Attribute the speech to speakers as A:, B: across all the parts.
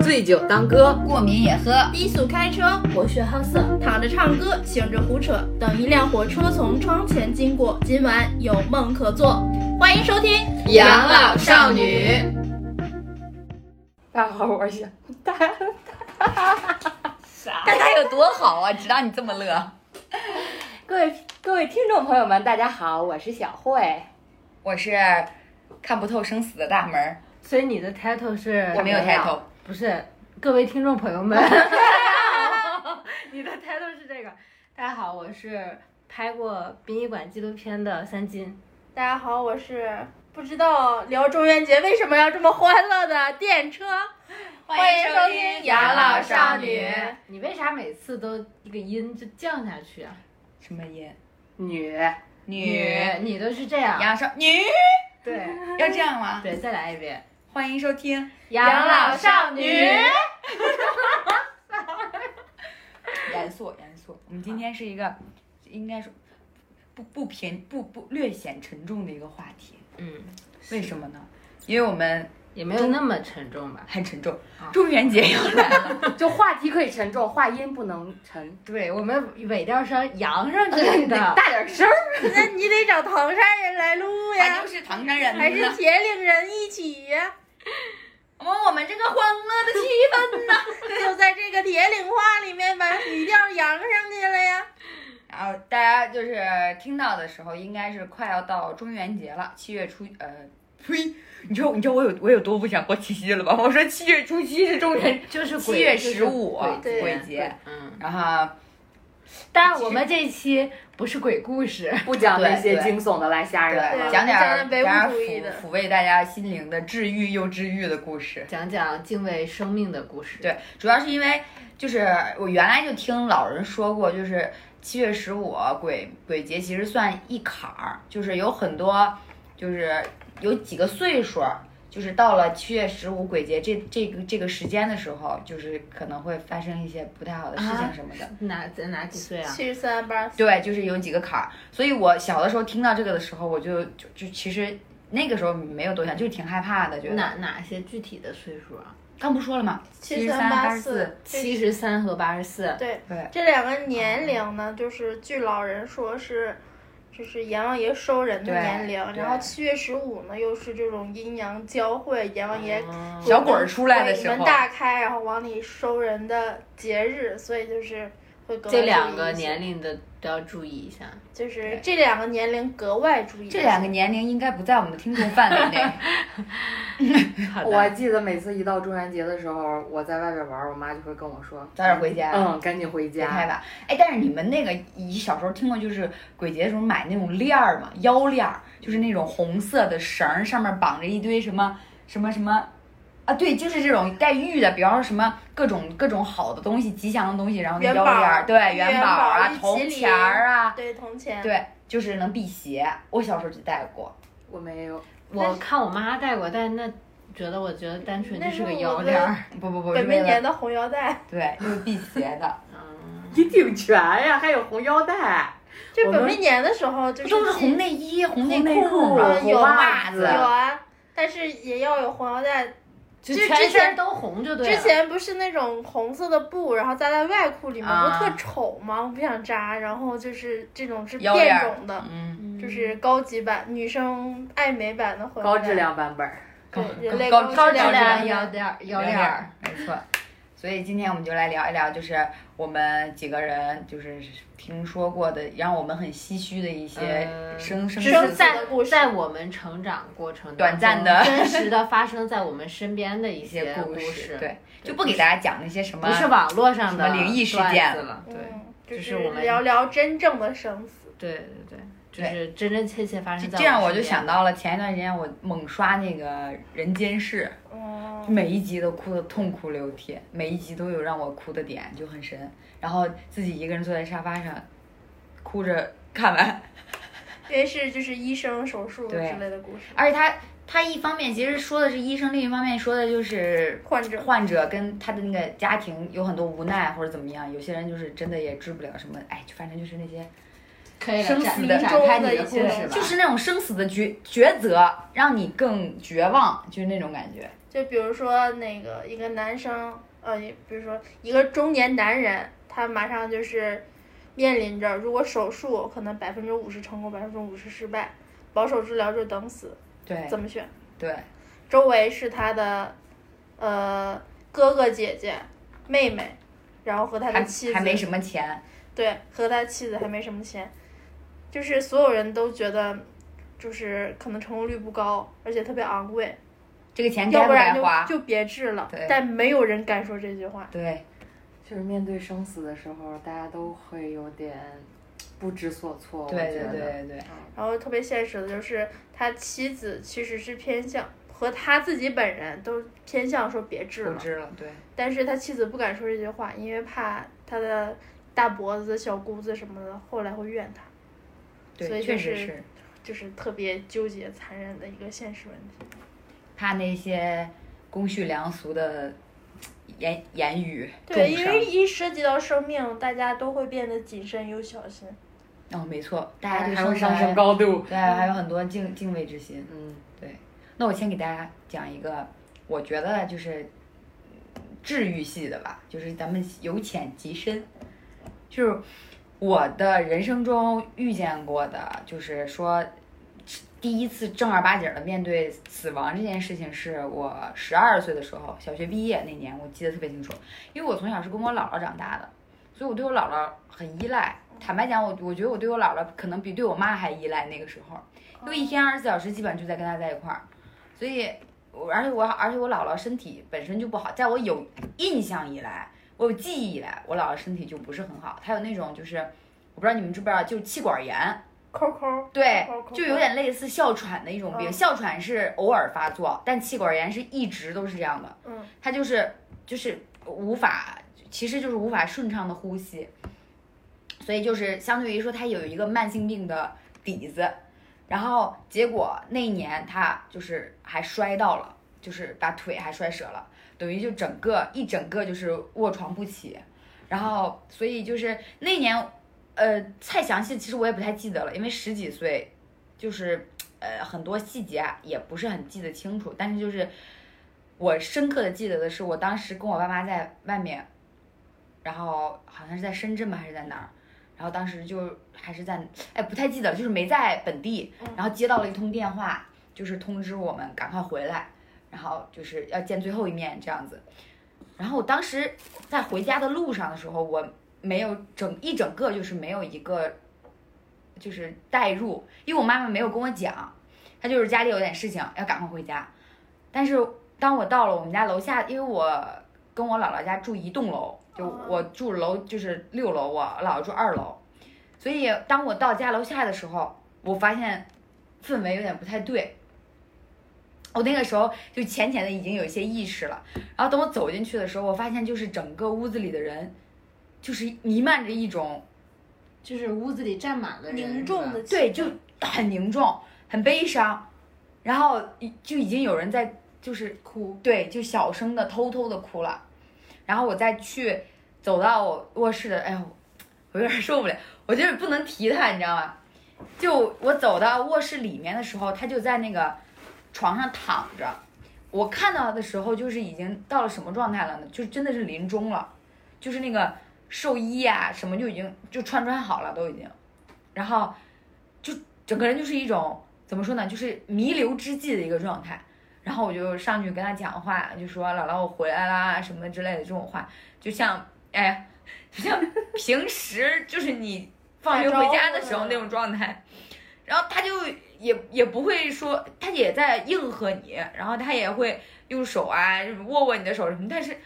A: 醉酒当歌，
B: 过敏也喝。
C: 低速开车，博学好色，躺着唱歌，醒着胡扯。等一辆火车从窗前经过，今晚有梦可做。欢迎收听《
A: 养老少女》。
D: 大家好，啊我是大
B: 大家有多好啊？只让你这么乐。
D: 各位各位听众朋友们，大家好，我是小 慧。
B: 我是看不透生死的大门儿，
E: 所以你的 title 是
B: 我没有抬头。
E: 不是各位听众朋友们， 你的 title 是这个。大家好，我是拍过殡仪馆纪录片的三金。
C: 大家好，我是不知道聊中元节为什么要这么欢乐的电车。欢迎收听《养老少女》。
E: 你为啥每次都一个音就降下去啊？
B: 什么音？
D: 女，
B: 女
E: 你都是这样。
B: 杨少女
E: 对
B: 要这样吗？
E: 对，再来一遍。
B: 欢迎收听。
C: 养老少女
B: 严肃严肃，我们今天是一个应该说不不偏不不略显沉重的一个话题。
E: 嗯，
B: 为什么呢？因为我们
E: 也没有那么沉重吧？
B: 很沉重
E: 啊，
B: 中元节要来了。
D: 就话题可以沉重，话音不能沉，
E: 对我们尾调是要扬上去 的。
D: 大点声儿。
C: 那你得找唐山人来录
B: 他
C: 呀
B: 就，是唐山人，
C: 还是铁岭人一起呀？
B: 我们我们这个欢乐的气氛呢？
C: 就在这个铁岭话里面把语调扬上去了呀。
B: 然后大家就是听到的时候，应该是快要到中元节了，七月初呃，呸！你知道你知道我有我有多不想过七夕了吧？ 我说七月初七是中元，
E: 就是
B: 七月十五啊
C: 对
B: 鬼节
E: 节，，嗯，
B: 然后
E: 但我们这期不是鬼故事，
D: 不讲那
B: 对
D: 些
B: 对
D: 惊悚的来吓人
B: 对
D: 了。
B: 讲点儿
C: 讲点唯
B: 点
C: 物
B: 儿
C: 主义
B: 抚
C: 的
B: 抚慰大家心灵的治愈又治愈的故事。
E: 讲讲敬畏生命的故事。
B: 对，主要是因为就是我原来就听老人说过，就是七月十五鬼鬼节其实算一坎儿，就是有很多就是有几个岁数儿。就是到了七月十五鬼节这这个这个时间的时候，就是可能会发生一些不太好的事
C: 啊
B: 情什么的。
E: 哪在哪几岁啊？
C: 七十三八四，
B: 对，就是有几个坎儿。所以我小的时候听到这个的时候，我就就就其实那个时候没有多想，就是挺害怕的，觉得
E: 哪哪些具体的岁数啊？
B: 刚不说了吗？
C: 七
B: 十
C: 三
B: 八
C: 八四，
E: 七十三和八十四。
C: 对
B: 对嗯
C: 这两个年龄呢，就是据老人说是，就是阎王爷收人的
B: 对
C: 年龄，
B: 对
C: 然后七月十五呢又是这种阴阳交汇，阎王爷
E: 哦
B: 小鬼儿出来的时候
C: 鬼门大开，然后往里收人的节日，所以就是会格外
E: 这两个
C: 注意一些
E: 年，龄的都要注意一下。
C: 就是这两个年龄格外注意一些。
B: 这两个年龄应该不在我们的听众范围 内。
E: 好
D: 我还记得每次一到中元节的时候，我在外边玩，我妈就会跟我说
B: 早点回家，
D: 嗯，赶紧回
B: 别太
D: 家。
B: 晚。哎，但是你们那个，你小时候听过就是鬼节的时候买那种链儿嘛，腰链儿，就是那种红色的绳儿，上面绑着一堆什么什么什么。啊，对，就是这种带玉的，比方说什么各种各种好的东西、吉祥的东西，然后那
C: 元
B: 腰
C: 宝
B: 链儿，对，
C: 元
B: 元宝啊
C: 宝、玉
B: 铜
C: 麒麟
B: 钱儿啊，
C: 对铜钱，
B: 对，就是能辟邪。我小时候就戴过，
D: 我没有，
E: 我看我妈戴过，但那觉得我觉得单纯就是个腰链
C: 那
E: 儿。
B: 不不不，
C: 本
B: 是
C: 命
B: 为
C: 年
B: 了
C: 的红腰带，
B: 对，就是辟邪的。
E: 嗯，
D: 你挺全呀，还有红腰带。
C: 就
D: 我
C: 本
D: 们
C: 命年的时候 就是
B: 都是
C: 记
B: 红内衣、红内
D: 红内
B: 裤、
D: 裤
C: 呃有
B: 红袜
D: 袜
B: 子
D: 子
C: 有啊，但是也要有红腰带，
E: 就
C: 之
E: 全
C: 之前
E: 身都红就对啊了。
C: 之前不是那种红色的布，然后扎在外裤里面，
B: 啊
C: 不是特丑吗？我不想扎，然后就是这种是
B: 腰链
C: 变
B: 儿
C: 种的，
B: 嗯。
E: 嗯
C: 就是高级版女生爱美版的回
D: 高质，量版本儿。
C: 对
B: 高
C: 人类
B: 高
C: 高
E: 高
C: 质
E: 质
C: 量
E: 量
C: 腰
E: 腰链儿，腰
B: 有
E: 链
B: 点
E: 儿
B: 儿，。没错。所以今天我们就来聊一聊，就是我们几个人就是听说过的，让我们很唏嘘的一些
E: 呃
B: 生生
C: 生
B: 死
C: 散
E: 在
C: 的故事
E: 在我们成长过程当中
B: 短暂的
E: 真实的发生在我们身边的一
B: 一些
E: 故
B: 事，对，
E: 对
B: 就不给大家讲那些什么
E: 不是网络上
B: 什
E: 的
B: 么灵异事件
E: 段子了。对
C: 嗯，
E: 就是是我们
C: 聊聊真正的生死，
E: 对对对，就
B: 对
E: 是真真切切发生在
B: 这样
E: 我
B: 我
E: 们
B: 就
E: 身边
B: 想到了前一段时间我猛刷那个《人间世》，
C: 嗯，
B: 每一集都哭得痛哭流涕，每一集都有让我哭的点，就很神。然后自己一个人坐在沙发上，哭着看完，
C: 因为是就是医生手术之
B: 对
C: 类的故事，
B: 而且他他一方面其实说的是医生，另一方面说的就是
C: 患者
B: 患者跟他的那个家庭有很多无奈或者怎么样。有些人就是真的也治不了什么，哎，就反正就是那些
F: 可以了，
C: 生
F: 展
C: 死
F: 展
C: 中
F: 开
C: 的
F: 你的
C: 一
F: 故
C: 些
F: 事吧。
B: 就是那种生死的抉抉择，让你更绝望，就是那种感觉。
C: 就比如说那个一个男生，呃，也比如说一个中年男人，他马上就是面临着，如果手术可能百分之五十成功，百分之五十失败，保守治疗就等死，
B: 对
C: 怎么选？
B: 对，
C: 周围是他的呃哥哥姐姐、妹妹，然后和他的
B: 还
C: 妻子，
B: 还没什么钱，
C: 对，和他妻子还没什么钱，就是所有人都觉得就是可能成功率不高，而且特别昂贵，
B: 这个钱
C: 要
B: 该
C: 不然
B: 该
C: 就
B: 花？
C: 就别治了
B: 对。
C: 但没有人敢说这句话。
B: 对，
D: 就是面对生死的时候，大家都会有点不知所措。
B: 对对
D: 我觉
B: 对
D: 得
B: 对对，
C: 然后特别现实的就是他妻子其实是偏向和他自己本人都偏向说别治
B: 不
C: 了，
B: 知了，对
C: 但是他妻子不敢说这句话，因为怕他的大伯子、小姑子什么的后来会怨他，所
B: 对，
C: 以
B: 确
C: 就
B: 实
C: 是
B: 是
C: 就是特别纠结、残忍的一个现实问题。
B: 怕那些公序良俗的言言语
C: 对，
B: 重
C: 因
B: 伤
C: 为一涉及到生命，大家都会变得谨慎又小心。
B: 哦，没错，大家对
D: 还会
B: 生
D: 上升
B: 来
D: 高度。
B: 对，还有很多敬敬畏之心。
D: 嗯，
B: 对，那我先给大家讲一个，我觉得就是嗯治愈系的吧，就是咱们由浅及深，就是我的人生中遇见过的，就是说第一次正儿八经的面对死亡这件事情，是我十二岁的时候，小学毕业那年，我记得特别清楚，因为我从小是跟我姥姥长大的，所以我对我姥姥很依赖。坦白讲，我我觉得我对我姥姥可能比对我妈还依赖。那个时候，因为一天二十四小时基本就在跟她在一块儿，所以我而且我而且我姥姥身体本身就不好，在我有印象以来，我有记忆以来，我姥姥身体就不是很好。她有那种就是，我不知道你们知不知道，就是气管炎。
C: 扣扣，
B: 对
C: 口口，口
B: 就有点类似哮喘的一种病。
C: 哦嗯
B: 哮喘是偶尔发作，但气管炎是一直都是这样的。
C: 嗯，
B: 它就是就是无法，其实就是无法顺畅的呼吸，所以就是相对于说他有一个慢性病的底子，然后结果那一年他就是还摔到了，就是把腿还摔折了，等于就整个一整个就是卧床不起，然后所以就是那年，呃，太详细其实我也不太记得了，因为十几岁，就是呃很多细节啊也不是很记得清楚，但是就是我深刻的记得的是，我当时跟我爸妈在外面，然后好像是在深圳吧，还是在哪儿，然后当时就还是在，哎，不太记得了，就是没在本地
C: 嗯，
B: 然后接到了一通电话，就是通知我们赶快回来，然后就是要见最后一面这样子。然后我当时在回家的路上的时候，我没有整一整个就是没有一个就是代入，因为我妈妈没有跟我讲，她就是家里有点事情要赶快回家，但是当我到了我们家楼下，因为我跟我姥姥家住一栋楼，就
C: 哦
B: 我住楼就是六楼，我姥姥住二楼，所以当我到家楼下的时候，我发现氛围有点不太对。我那个时候就浅浅的已经有一些意识了，然后等我走进去的时候，我发现就是整个屋子里的人，就是弥漫着一种
F: 就是屋子里站满了人，
C: 凝重的
F: 是吧
B: 对，就很凝重，很悲伤，然后已就已经有人在就是
F: 哭，
B: 对，就小声的偷偷的哭了。然后我再去走到我卧室的，哎呦，我有点受不了，我就是不能提他，你知道吗？就我走到卧室里面的时候，他就在那个床上躺着。我看到他的时候，就是已经到了什么状态了呢？就真的是临终了，就是那个寿衣啊什么就已经就穿穿好了都已经，然后就整个人就是一种怎么说呢，就是弥留之际的一个状态。然后我就上去跟他讲话，就说姥姥我回来啦什么之类的这种话，就像哎，就像平时就是你放学回家的时候那种状态。然后他就也也不会说，他也在应和你，然后他也会用手啊握握你的手什么，但是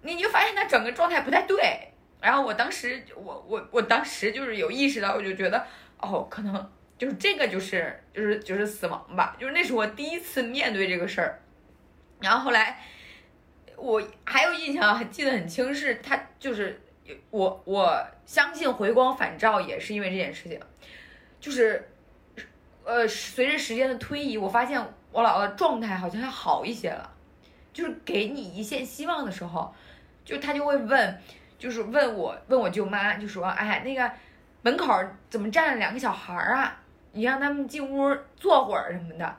B: 你就发现他整个状态不太对。然后我当时我我我当时就是有意识到，我就觉得哦，可能就是这个就是就是就是死亡吧，就是那是我第一次面对这个事儿。然后后来我还有印象，很记得很清，是他就是我我相信回光返照也是因为这件事情，就是呃随着时间的推移，我发现我姥姥状态好像要好一些了，就是给你一线希望的时候，就他就会问，就是问我问我舅妈，就说哎那个门口儿怎么站了两个小孩儿啊？你让他们进屋坐会儿什么的。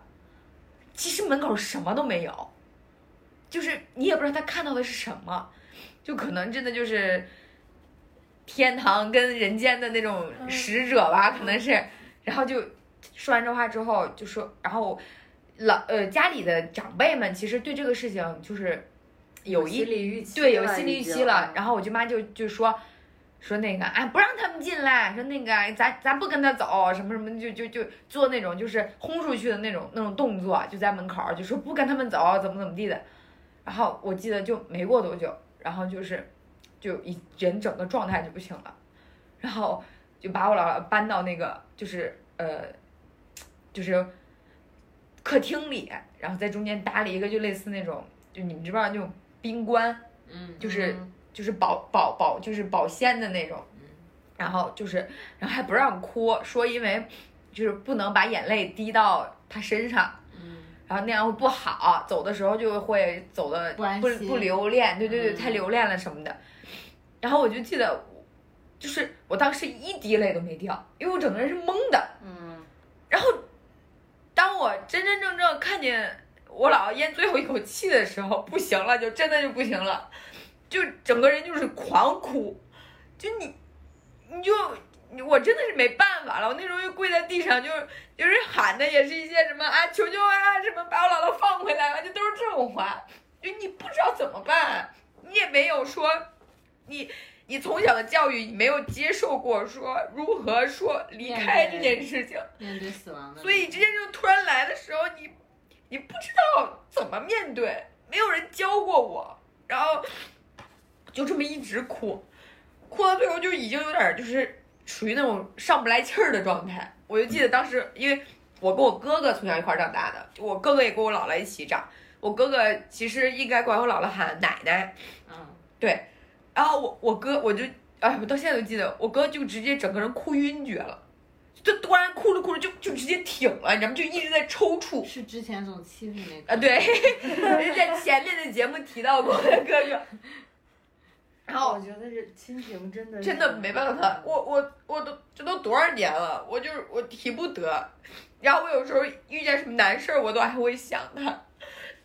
B: 其实门口什么都没有，就是你也不知道他看到的是什么，就可能真的就是天堂跟人间的那种
C: 嗯
B: 使者吧，可能是。然后就说完这话之后，就说，然后老呃家里的长辈们其实对这个事情就是有一
D: 心理预期，
B: 对，有心理预期了。然
D: 后
B: 后我舅妈就就说说那个，哎，不让他们进来，说那个咱咱不跟他走，什么什么，就就就做那种就是轰出去的那种那种动作，就在门口儿就说不跟他们走，怎么怎么地的。然后我记得就没过多久，然后就是就一人整个状态就不行了，然后就把我姥姥搬到那个就是呃就是客厅里，然后在中间搭了一个就类似那种就你们知不知道那种冰棺，
D: 嗯，
B: 就是就是保保保就是保鲜的那种，
E: 嗯
B: 然后就是然后还不让哭，说因为就是不能把眼泪滴到他身上，
E: 嗯
B: 然后那样会不好，走的时候就会走的
E: 不安
B: 不
E: 心
B: 不留恋，对对对，
D: 嗯
B: 太留恋了什么的。然后我就记得我，就是我当时一滴泪都没掉，因为我整个人是懵的，
D: 嗯
B: 然后，当我真真正正看见我姥姥咽最后一口气的时候，不行了，就真的就不行了，就整个人就是狂哭，就你，你就你我真的是没办法了，我那时候就跪在地上，就是就是喊的也是一些什么啊求求啊什么把我姥姥放回来吧，就都是这种话，就你不知道怎么办，你也没有说你。你从小的教育，你没有接受过说如何说离开这件事情，
E: 面对死亡的，
B: 所以这件事突然来的时候，你你不知道怎么面对，没有人教过我，然后就这么一直哭，哭到最后就已经有点儿就是属于那种上不来气儿的状态。我就记得当时，因为我跟我哥哥从小一块儿长大的，就我哥哥也跟我姥姥一起长，我哥哥其实应该管我姥姥喊奶奶，
E: 嗯，
B: 然后我我哥我就哎，我到现在都记得，我哥就直接整个人哭晕厥了，就突然哭着哭着就就直接挺了，你知道吗？就一直在抽搐。
E: 是之前总欺负那个
B: 啊，对， 在前面的节目提到过 的哥哥，然后
D: 我觉得这亲情真的
B: 真的没办法，我我我都这都多少年了，我就是我提不得。然后我有时候遇见什么难事儿，我都还会想他，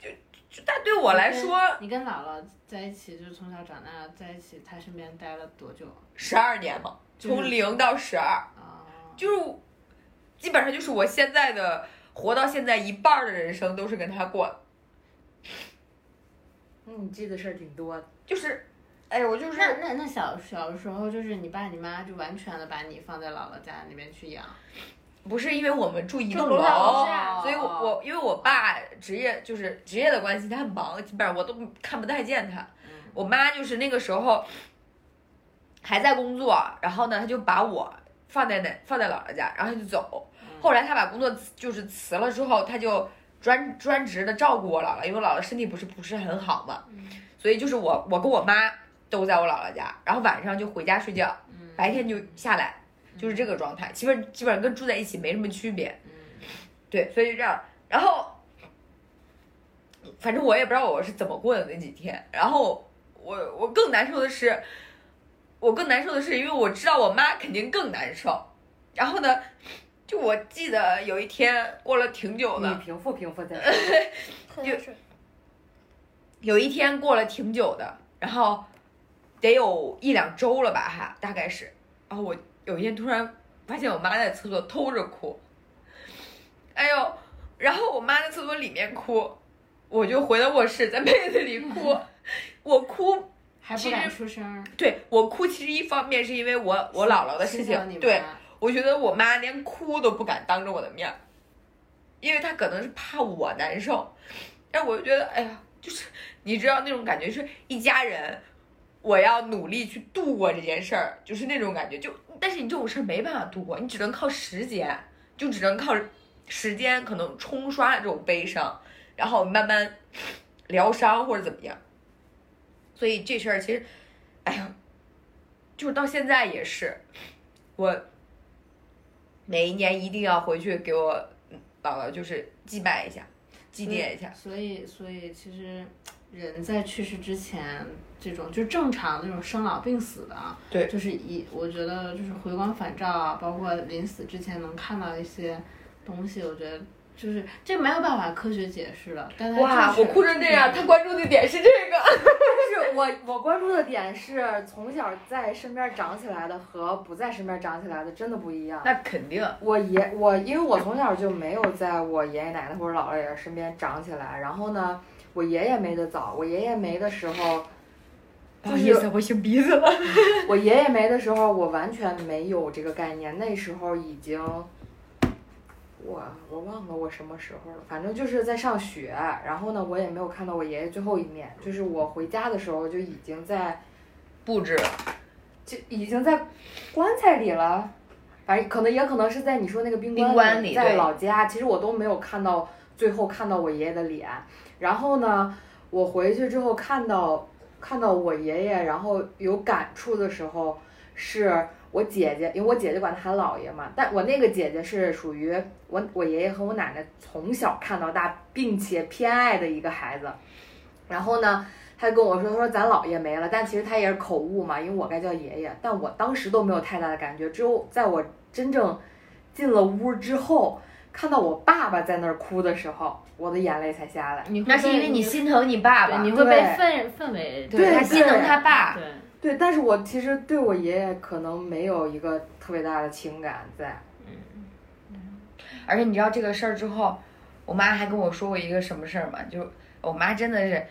B: 就就他对我来说，
E: 你跟姥姥在一起，就是从小长大在一起，她身边待了多久
B: 十二年嘛，从零到十二，
E: 啊？
B: 就是基本上就是我现在的活到现在一半儿的人生都是跟他过的，
D: 嗯，你记的事儿挺多的，
B: 就是，哎呀，我就是
E: 那那那小小时候，就是你爸你妈就完全的把你放在姥姥家那边去养，
B: 不是因为我们住一栋
C: 住楼
B: 楼
C: 上，下哦
B: 所以我我因为我爸职业就是职业的关系，他很忙，基本上我都看不太见他。
C: 嗯
B: 我妈就是那个时候还在工作，然后呢，她就把我放在那放在姥姥家，然后她就走。
C: 嗯
B: 后来她把工作辞就是辞了之后，她就专专职的照顾我姥姥，因为我姥姥身体不是不是很好嘛，
C: 嗯
B: 所以就是我我跟我妈都在我姥姥家，然后晚上就回家睡觉，白天就下来，就是这个状态，基本基本上跟住在一起没什么区别。对，所以就这样，然后。反正我也不知道我是怎么过的那几天，然后我我更难受的是，我更难受的是，因为我知道我妈肯定更难受。然后呢，就我记得有一天过了挺久
D: 你
B: 的，
D: 平复平复再说。
C: 喝点水。
B: 有一天过了挺久的，然后得有一两周了吧，还大概是。然后我有一天突然发现我妈在厕所偷着哭，哎呦，然后我妈在厕所里面哭，我就回到卧室在被子里哭，我哭
E: 还不敢出声儿。
B: 对我哭，其实一方面是因为我我姥姥的 事
E: 心疼你
B: 情，
E: 妈
B: 对我觉得我妈连哭都不敢当着我的面儿，因为她可能是怕我难受。但我觉得，哎呀，就是你知道那种感觉，是一家人，我要努力去度过这件事儿，就是那种感觉。就但是你这种事儿没办法度过，你只能靠时间，就只能靠时间可能冲刷这种悲伤，然后慢慢疗伤或者怎么样。所以这事儿其实，哎呀，就是到现在也是，我每一年一定要回去给我哎
E: 嗯
B: 姥姥就是祭拜一下，祭奠一下。
E: 所以所以其实人在去世之前，这种就正常的这种生老病死的，啊
B: 对
E: 就是一我觉得就是回光返照啊，包括临死之前能看到一些东西，我觉得就是这没有办法科学解释的。但它
B: 哇，
E: 就是
B: 我哭成这哎样，他嗯关注的点是这个，
D: 但是我我关注的点是从小在身边长起来的和不在身边长起来的真的不一样。
B: 那肯定。
D: 我爷我因为我从小就没有在我爷爷奶奶或者姥姥爷爷身边长起来，然后呢，我爷爷没得早，我爷爷没的时候，
B: 不
D: 就
B: 好意
D: 是
B: 思，我擤鼻子了。
D: 我爷爷没的时候，我完全没有这个概念，那时候已经。我我忘了我什么时候了，反正就是在上学，然后呢，我也没有看到我爷爷最后一面，就是我回家的时候就已经在
B: 布置了，
D: 就已经在棺材里了，反正可能也可能是在你说那个冰
B: 冰
D: 棺
B: 棺里
D: 在
B: 对
D: 老家，其实我都没有看到最后看到我爷爷的脸。然后呢，我回去之后看到看到我爷爷，然后有感触的时候，是我姐姐，因为我姐姐管他喊姥爷嘛，但我那个姐姐是属于我我爷爷和我奶奶从小看到大，并且偏爱的一个孩子。然后呢，他就跟我说，他说咱姥爷没了，但其实他也是口误嘛，因为我该叫爷爷，但我当时都没有太大的感觉，只有在我真正进了屋之后，看到我爸爸在那儿哭的时候，我的眼泪才下来。
E: 你会
B: 那是因为
E: 被
B: 你心疼你爸
E: 对
B: 爸
E: 你，会被
D: 对
E: 氛氛围
D: 对
B: 他
D: 对
B: 心疼他爸。
E: 对。
D: 对，但是我其实对我爷爷可能没有一个特别大的情感在。
B: 而且你知道这个事儿之后，我妈还跟我说过一个什么事儿吗？就是我妈真的是，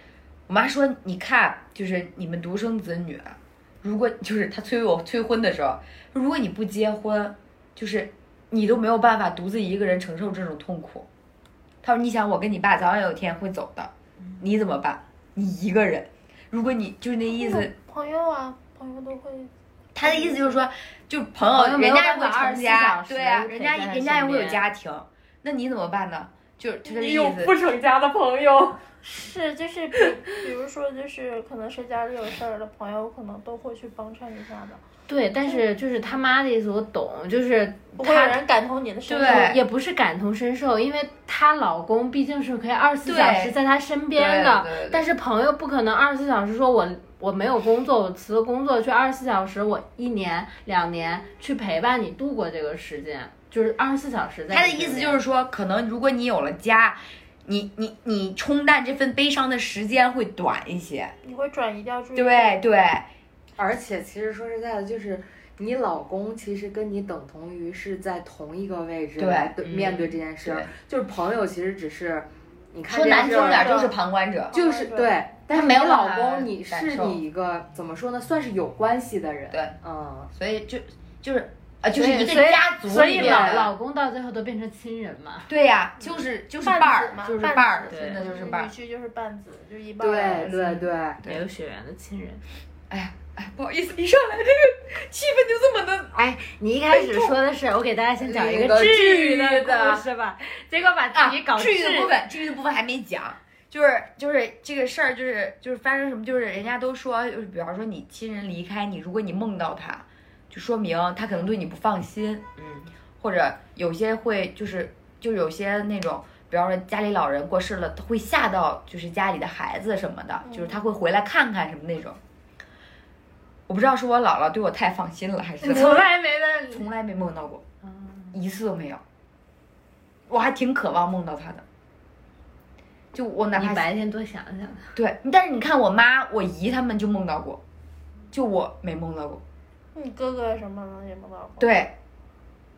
B: 我妈说你看，就是你们独生子女啊，如果就是她催我催婚的时候，如果你不结婚，就是你都没有办法独自一个人承受这种痛苦。她说你想我跟你爸早晚有一天会走的，你怎么办？你一个人，如果你就是那意思。
C: 朋友啊，朋友都会
B: 他的意思就是说，就朋
E: 朋
B: 友，
E: 友没有
B: 人家也
E: 办
B: 会
E: 法
B: 成
E: 24
B: 家
E: 小，时
B: 对啊，
E: 陪
B: 人
E: 在
B: 家
E: 他
B: 人家也
E: 身
B: 会有
E: 边
B: 家庭，那你怎么办呢？就是他的
D: 你
B: 意
D: 有
B: 思
D: 不，成家的朋友，
C: 是就是比比如说就是可能谁家里有事儿的朋友，可能都会去帮衬一下的，
E: 对，但
B: 嗯
E: 是就是他妈的意思我懂，就是
C: 不会有
E: 他
C: 人感同你的身
B: 对
C: 受。
E: 也不是感同身受，因为她老公毕竟是可以二十四
B: 对
E: 小时在她身边的
B: 对对对，
E: 但是朋友不可能二十四小时说我我没有工作，我辞了工作去二十四小时，我一年两年去陪伴你度过这个时间，就是二十四小时在你
B: 他的
E: 身
B: 意思
E: 边
B: 就是说，可能如果你有了家，你你你冲淡这份悲伤的时间会短一些，
C: 你会转移掉注意力。
B: 对对，
D: 而且其实说实在的，就是你老公其实跟你等同于是在同一个位置
B: 对
D: 来对
E: 嗯
D: 面对这件事儿
B: 对，
D: 就是朋友其实只是你看
B: 说
D: 这
B: 难
D: 件
B: 听
D: 事儿
B: 点儿
C: 就
B: 就是旁观者，
D: 就是
C: 对
D: 对，但是
B: 没
D: 你
B: 有办
D: 老
B: 法
D: 公你
B: 感
D: 是
B: 受
D: 你一个怎么说呢，算是有关系的人，
B: 对，
D: 嗯，
B: 所以就就是啊，就是一个
E: 所以
B: 家族
E: 所
B: 里
E: 以
B: 面
E: 老
B: 的，
E: 老公到最后都变成亲人嘛。
B: 对呀，就是就是
C: 半
B: 伴
C: 子
B: 儿
C: 嘛，，
B: 就是
C: 半
B: 伴儿，
C: 子
E: 对
B: 真的就是伴
C: 女
B: 儿。
C: 婿就是半子，就一半儿。
D: 对对对。
E: 没有血缘的亲人，
B: 哎，不好意思，一上来这个气氛就这么的。
E: 哎，你一开始说的是我给大家先讲一
D: 那
E: 个
D: 个
E: 治愈
B: 治愈
E: 的
B: 的
E: 故事吧，结果把
B: 啊
E: 自己搞，
B: 治愈的部分，治愈的部分还没讲，就是就是这个事儿，就是就是发生什么，就是人家都说，就是比方说你亲人离开你，如果你梦到他，就说明他可能对你不放心，
D: 嗯，
B: 或者有些会就是就有些那种。比方说家里老人过世了，他会吓到就是家里的孩子什么的，
C: 嗯
B: 就是他会回来看看什么那种。我不知道是我姥姥对我太放心了，还是怎么
E: 从来没在
B: 从来没梦到过，
E: 嗯
B: 一次都没有。我还挺渴望梦到他的，就我哪
E: 你
B: 怕
E: 白天多想想，
B: 对，但是你看我妈、我姨他们就梦到过，就我没梦到过。
C: 你哥哥什么的也没到过。
B: 对，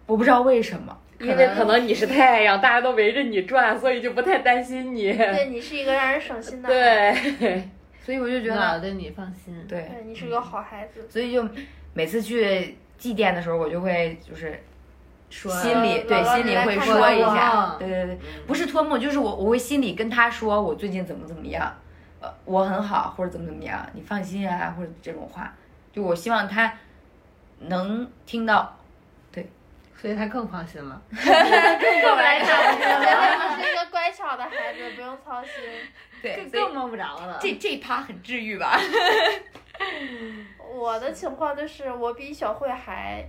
B: 我不知道为什么，
D: 因为可能你是太阳，大家都围着你转，所以就不太担心 你。
C: 对，你是一个让人省心的。。
D: 对，
B: 所以我就觉
E: 老
B: 得
E: 对你放心。
B: 对，
C: 对，你是个好孩子。
B: 所以就每次去祭奠的时候，我就会就是
E: 说
B: 心里
C: 姥
B: 对
C: 姥
B: 心里
C: 来
B: 会
C: 看
B: 说
C: 看
B: 一
E: 我
B: 下
C: 嗯
E: 啊，
B: 对对对，不是托梦，就是我我会心里跟他说我最近怎么怎么样，呃，我很好或者怎么怎么样，你放心啊，或者这种话，就我希望他能听到。
E: 所以他更放心了。
C: 过 来你是一个乖巧的孩子，不用操心。
B: 对，所以
E: 更摸不着了。
B: 这这一趴很治愈吧？
C: 我的情况就是，我比小慧还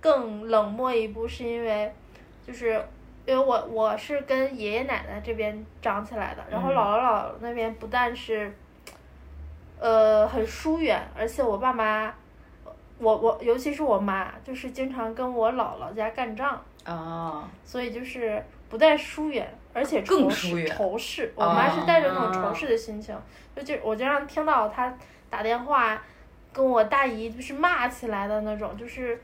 C: 更冷漠一步，是因为就是因为我我是跟爷爷奶奶这边长起来的，然后
B: 嗯
C: 姥姥姥姥那边不但是呃很疏远，而且我爸妈，我我尤其是我妈，就是经常跟我姥姥家干仗，
B: 哦
G: 啊，
C: 所以就是不但疏远，而且
G: 更
C: 仇
G: 疏
C: 视
G: 远哦
C: 仇视。我妈是带着那种仇视的心情，就就我经常听到她打电话跟我大姨就是骂起来的那种，就是。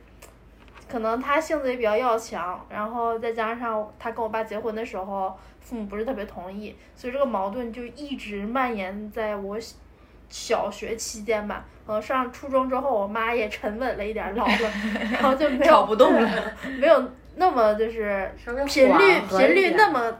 C: 可能她性子也比较要强，然后再加上她跟我爸结婚的时候，父母不是特别同意，所以这个矛盾就一直蔓延在我小小学期间吧。呃，上初中之后，我妈也沉稳了一点儿，老了，然后就 没有
G: 挑不动了，
C: 没有那么就是
D: 稍微
C: 频率
D: 缓和一
C: 频率
D: 点
C: 那么，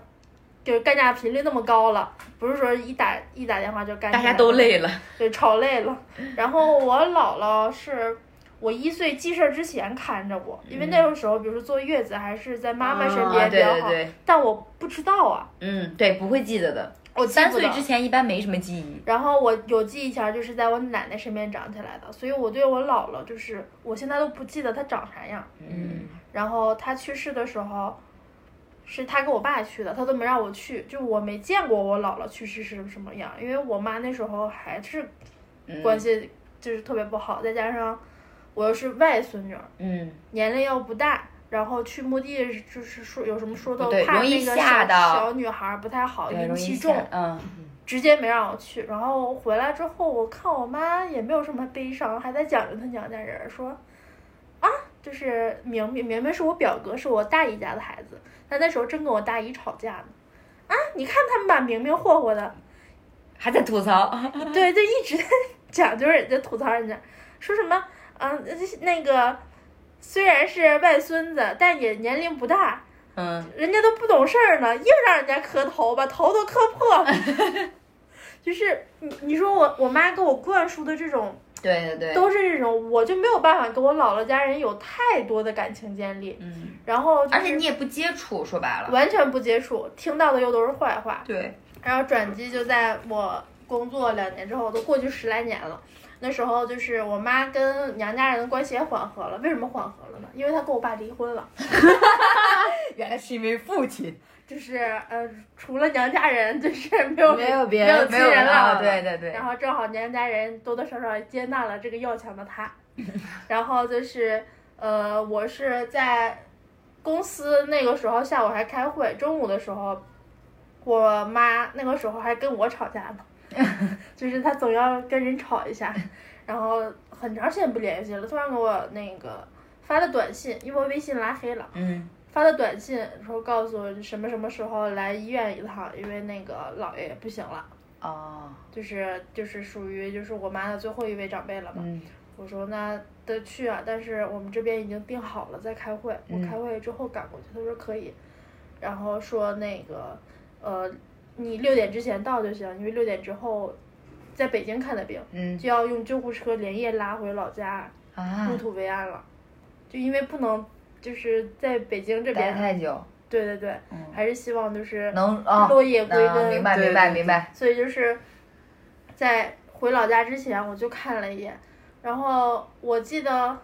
C: 就是干架频率那么高了，不是说一打一打电话就干起
G: 大
C: 来，
G: 家都，累了，
C: 对，吵累了。然后我姥姥是我一岁记事儿之前看着我，
G: 嗯
C: 因为那个时候，比如说坐月子还是在妈妈身
G: 啊，
C: 边比
G: 对
C: 较
G: 对
C: 好，
G: 对，
C: 但我不知道啊，
G: 嗯，对，不会记得的。
C: 我记
G: 三
C: 不
G: 岁
C: 得
G: 之前一般没什么记忆，
C: 然后我有记忆前儿就是在我奶奶身边长起来的，所以我对我姥姥就是我现在都不记得她长啥样。
G: 嗯，
C: 然后她去世的时候，是她跟我爸去的，她都没让我去，就我没见过我姥姥去世是什么样，因为我妈那时候还是
G: 嗯
C: 关，系就是特别不好，再加上我又是外孙女儿，
G: 嗯，
C: 年龄又不大。然后去墓地，就是说有什么说头
G: 对，
C: 怕
G: 容易
C: 那个
G: 吓
C: 小
G: 到
C: 小女孩儿不太好，
G: 对，
C: 阴
G: 容易
C: 气
G: 吓
C: 重，
G: 嗯，
C: 直接没让我去。然后回来之后，我看我妈也没有什么悲伤，还在讲究她娘家人儿，说啊，就是明明明明是我表哥，是我大姨家的孩子，但那时候正跟我大姨吵架呢。啊，你看他们把明明霍霍的，
G: 还在吐槽，
C: 对，就一直在讲究人家吐槽人家，说什么啊那个虽然是外孙子，但也年龄不大，
G: 嗯，
C: 人家都不懂事儿呢，硬让人家磕头，把头都磕破了。 就是你你说我我妈给我灌输的这种，
G: 对对对，
C: 都是这种，我就没有办法跟我姥姥家人有太多的感情建立，
G: 嗯，
C: 然后就
G: 而且
C: 是
G: 你也不接触，说白了，
C: 完全不接触，听到的又都是坏话。
G: 对，
C: 然后转机就在我工作两年之后，都过去十来年了。那时候就是我妈跟娘家人的关系也缓和了，为什么缓和了呢？因为她跟我爸离婚了。
G: 原来是因为父亲，
C: 就是呃，除了娘家人，就是 没有
G: 没有别
C: 没有
G: 人，
C: 亲人
G: 啊
C: 了，
G: 对对对，
C: 然后正好娘家人多多少少也接纳了这个要强的他，然后就是呃，我是在公司那个时候下午还开会，中午的时候，我妈那个时候还跟我吵架呢， 就是她总要跟人吵一下，然后很长时间不联系了，突然给我那个发的短信，因为我微信拉黑了。
G: 嗯，
C: 发的短信说告诉我什么什么时候来医院一趟，因为那个姥爷不行了，
G: 哦，
C: 就是就是属于就是我妈的最后一位长辈了嘛。
G: 嗯
C: 我说那得去啊，但是我们这边已经定好了，在开会。我
G: 嗯
C: 开会之后赶过去，他说可以，然后说那个呃，你六点之前到就行，因为六点之后在北京看的病，
G: 嗯
C: 就要用救护车连夜拉回老家，
G: 啊
C: 入，土为安了，就因为不能就是在北京这
G: 待
C: 边，
G: 太久，
C: 对对对。
G: 嗯，
C: 还是希望就是
G: 能
B: 哦
G: 啊，
C: 落叶归
G: 能
C: 根。
G: 明白
D: 对
G: 明白
D: 对
G: 明白，
C: 所以就是在回老家之前，我就看了一眼，然后我记得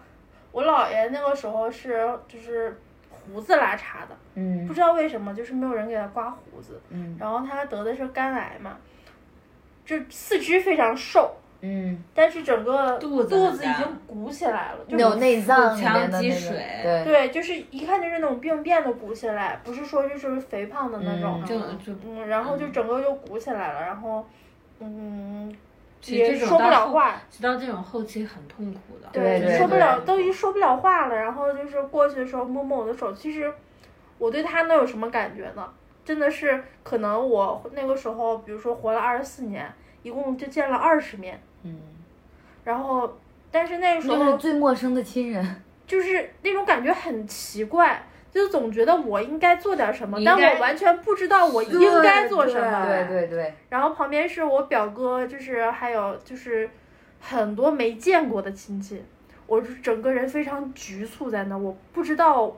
C: 我姥爷那个时候是就是胡子拉碴的，不
G: 嗯
C: 知道为什么就是没有人给他刮胡子，
G: 嗯
C: 然后他得的是肝癌嘛，就四肢非常瘦。
G: 嗯，
C: 但是整个
F: 肚子
C: 肚
F: 很
C: 子
F: 大
C: 已经鼓起来了，就
G: 有内脏里
F: 腹腔
G: 面的
F: 积
G: 那个
F: 水
G: 对
C: 对，就是一看就是那种病变的鼓起来，不是说就是肥胖的那种。
G: 嗯
F: 就就
C: 嗯，然后就整个就鼓起来了，然后，嗯，
F: 其实
C: 也
F: 这种
C: 说不
F: 到
C: 了
F: 后
C: 话，
F: 直到这种后期很痛苦的。
G: 对对
C: 说不
G: 对
C: 了，都已经说不了话了。然后就是过去的时候摸摸我的手，其实我对他能有什么感觉呢？真的是可能我那个时候，比如说活了二十四年，一共就见了二十面，
G: 嗯。
C: 然后但是那个时
G: 那是
C: 候
G: 最陌生的亲人，
C: 就是那种感觉很奇怪。就总觉得我应该做点什么
F: 你，应
C: 但
F: 该
C: 我完全不知道我应该做什么。
G: 对对对，
C: 然后旁边是我表哥，就是还有就是很多没见过的亲戚，我就整个人非常局促在那，我不知道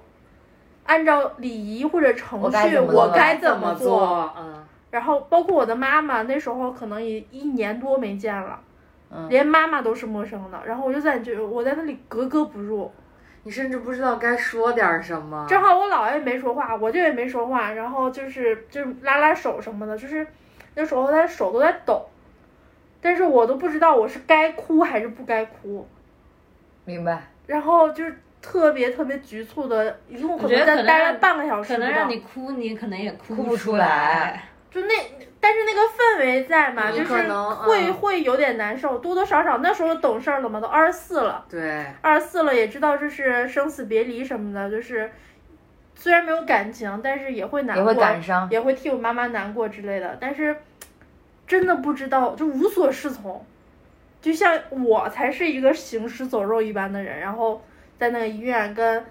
C: 按照礼仪或者程
G: 我该
C: 序
G: 怎么
C: 我
G: 做
C: 该怎
D: 么
C: 么
D: 做？嗯，
C: 然后包括我的妈妈，那时候可能也一年多没见了，
G: 嗯
C: 连妈妈都是陌生的，然后我就感觉我在那里格格不入。
D: 你甚至不知道该说点儿什么。
C: 正好我姥爷没说话，我这也没说话，然后就是就是拉拉手什么的，就是那时候他手都在抖，但是我都不知道我是该哭还是不该哭，
B: 明白。
C: 然后就是特别特别局促的，一共可
F: 我觉得
C: 在
F: 可能
C: 待了
F: 让
C: 半个小时
F: 可
C: 不到，
F: 能让你哭，你可能也哭不
B: 哭不出来。
C: 就那，但是那个氛围在嘛，
D: 你
C: 就是
D: 可能
C: 会、
D: 嗯
C: 会有点难受，多多少少那时候懂事儿了嘛，都二十四了，
D: 对，
C: 二十四了也知道这是生死别离什么的，就是虽然没有感情，但是也会难
B: 也
C: 过，
B: 会感伤，
C: 也会替我妈妈难过之类的，但是真的不知道，就无所适从，就像我才是一个行尸走肉一般的人，然后在那个医院跟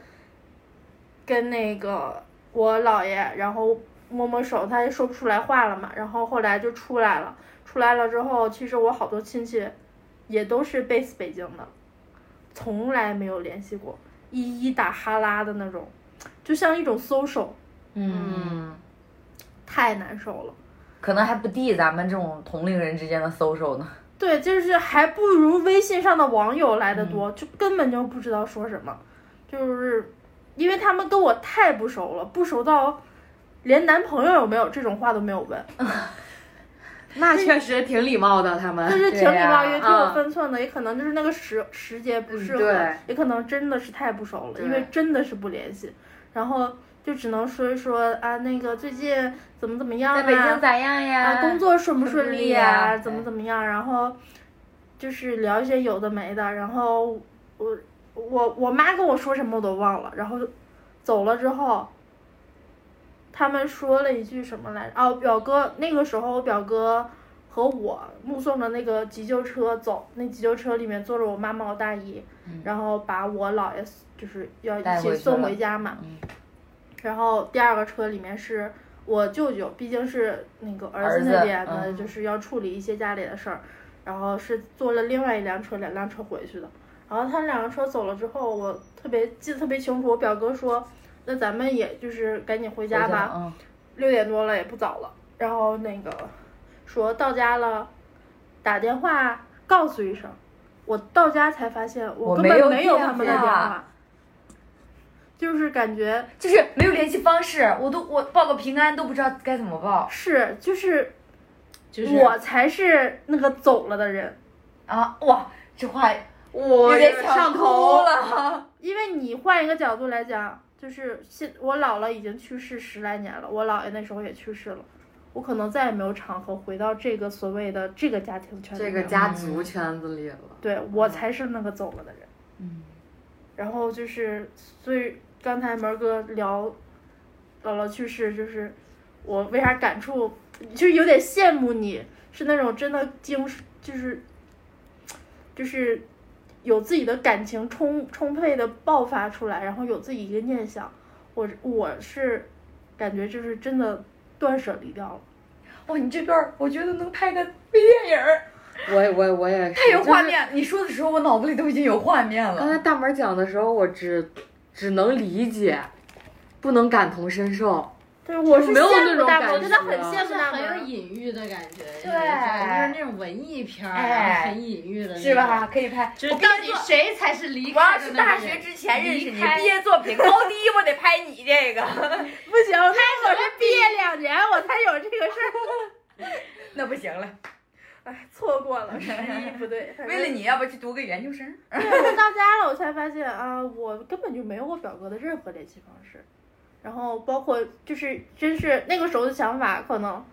C: 跟那个我姥爷，然后摸摸手，他也说不出来话了嘛，然后后来就出来了，出来了之后，其实我好多亲戚也都是 base 北京的，从来没有联系过，一一打哈拉的那种，就像一种 social。
B: 嗯，
C: 太难受了。
B: 可能还不敌咱们这种同龄人之间的 social 呢。
C: 对，就是还不如微信上的网友来
B: 嗯
C: 的多，就根本就不知道说什么，就是因为他们跟我太不熟了，不熟到连男朋友有没有这种话都没有问，
D: 那确实挺礼貌的，他
C: 就
D: 们。
C: 是挺礼貌
B: 对呀嗯
C: 也挺有分寸的，也可能就是那个时时节不适合，
D: 对
C: 也可能真的是太不熟了，
D: 对
C: 因为真的是不联系，然后就只能说一说啊，那个最近怎么怎么样啊，
B: 在北京咋样呀？
C: 啊，工作顺不
B: 顺不
C: 顺
B: 利
C: 利
B: 呀
C: 怎么怎么样，然后就是聊一些有的没的，然后我我我妈跟我说什么我都忘了，然后走了之后，他们说了一句什么来着？哦，表哥，那个时候我表哥和我目送着那个急救车走，那急救车里面坐着我妈妈、我大姨，然后把我姥爷就是要
B: 嗯带
C: 一
B: 回
C: 起
B: 去
C: 送
B: 了
C: 回家嘛。
B: 嗯
C: 然后第二个车里面是我呃舅舅，毕竟是那个儿
B: 儿
C: 子
B: 子
C: 那边的，
B: 嗯
C: 就是要处理一些家里的事儿，然后是坐了另外一辆车，两辆车回去的。然后他们两个车走了之后，我特别记得特别清楚，我表哥说，那咱们也就是赶紧回家
B: 回
C: 吧，
B: 嗯，
C: 六点多了也不早了，然后那个说到家了，打电话告诉一声。我到家才发现，
B: 我
C: 我根本
B: 没有
C: 没有
B: 电
C: 他们的电
B: 话
C: 话，就是感觉
B: 就是没有联系方式，我都我报个平安都不知道该怎么报
C: 是就是
F: 就是
C: 我才是那个走了的人，
B: 啊！哇，这话
D: 我
B: 有点想
D: 上
B: 哭
D: 头。
B: 了。
C: 因为你换一个角度来讲，就是现我姥姥已经去世十来年了，我姥爷那时候也去世了，我可能再也没有场合回到这个所谓的这个家庭圈里
D: 这
C: 面，
D: 个家族圈子里了，
C: 对
D: 嗯
C: 我才是那个走了的人。
B: 嗯，
C: 然后就是，所以刚才门儿哥聊姥姥去世，就是我为啥感触，就是有点羡慕你，是那种真的经，就是就是有自己的感情充充沛的爆发出来，然后有自己一个念想。我我是感觉就是真的断舍离掉了，
B: 哇，你这段儿我觉得能拍个微电影儿，
D: 我我我也是
B: 太有
D: 就是
B: 画面。你说的时候，我脑子里都已经有画面
D: 刚才
B: 了。
D: 大门讲的时候，我只只能理解，不能感同身受。
C: 对，我是
D: 没有那
C: 羡慕
D: 种
C: 大
D: 感
C: 门，我真的很
D: 觉啊
C: 羡
F: 就
C: 慕
F: 是
C: 大
F: 很
C: 门
F: 有
C: 儿。
F: 隐喻的感觉，就是
B: 对
F: 就是那种文艺片儿，
B: 哎
F: 然后很隐喻的，
B: 是吧？？可以拍。
F: 就是到底谁才是离
B: 我要
F: 开的
B: 是
F: 那
B: 大
F: 个
B: 学
F: 人？
B: 之前认识你，
F: 离开
B: 毕业作品高低我得拍你这 个，
C: 不行，那我是毕业两年我才有这个事 儿。
B: 那不行了。
C: 哎，错过了十一不对，反正
B: 哎为了你，要不去读个研究生？
C: 对我到家了，我才发现啊，我根本就没有我表哥的任何联系方式，然后包括就是真是那个时候的想法，可能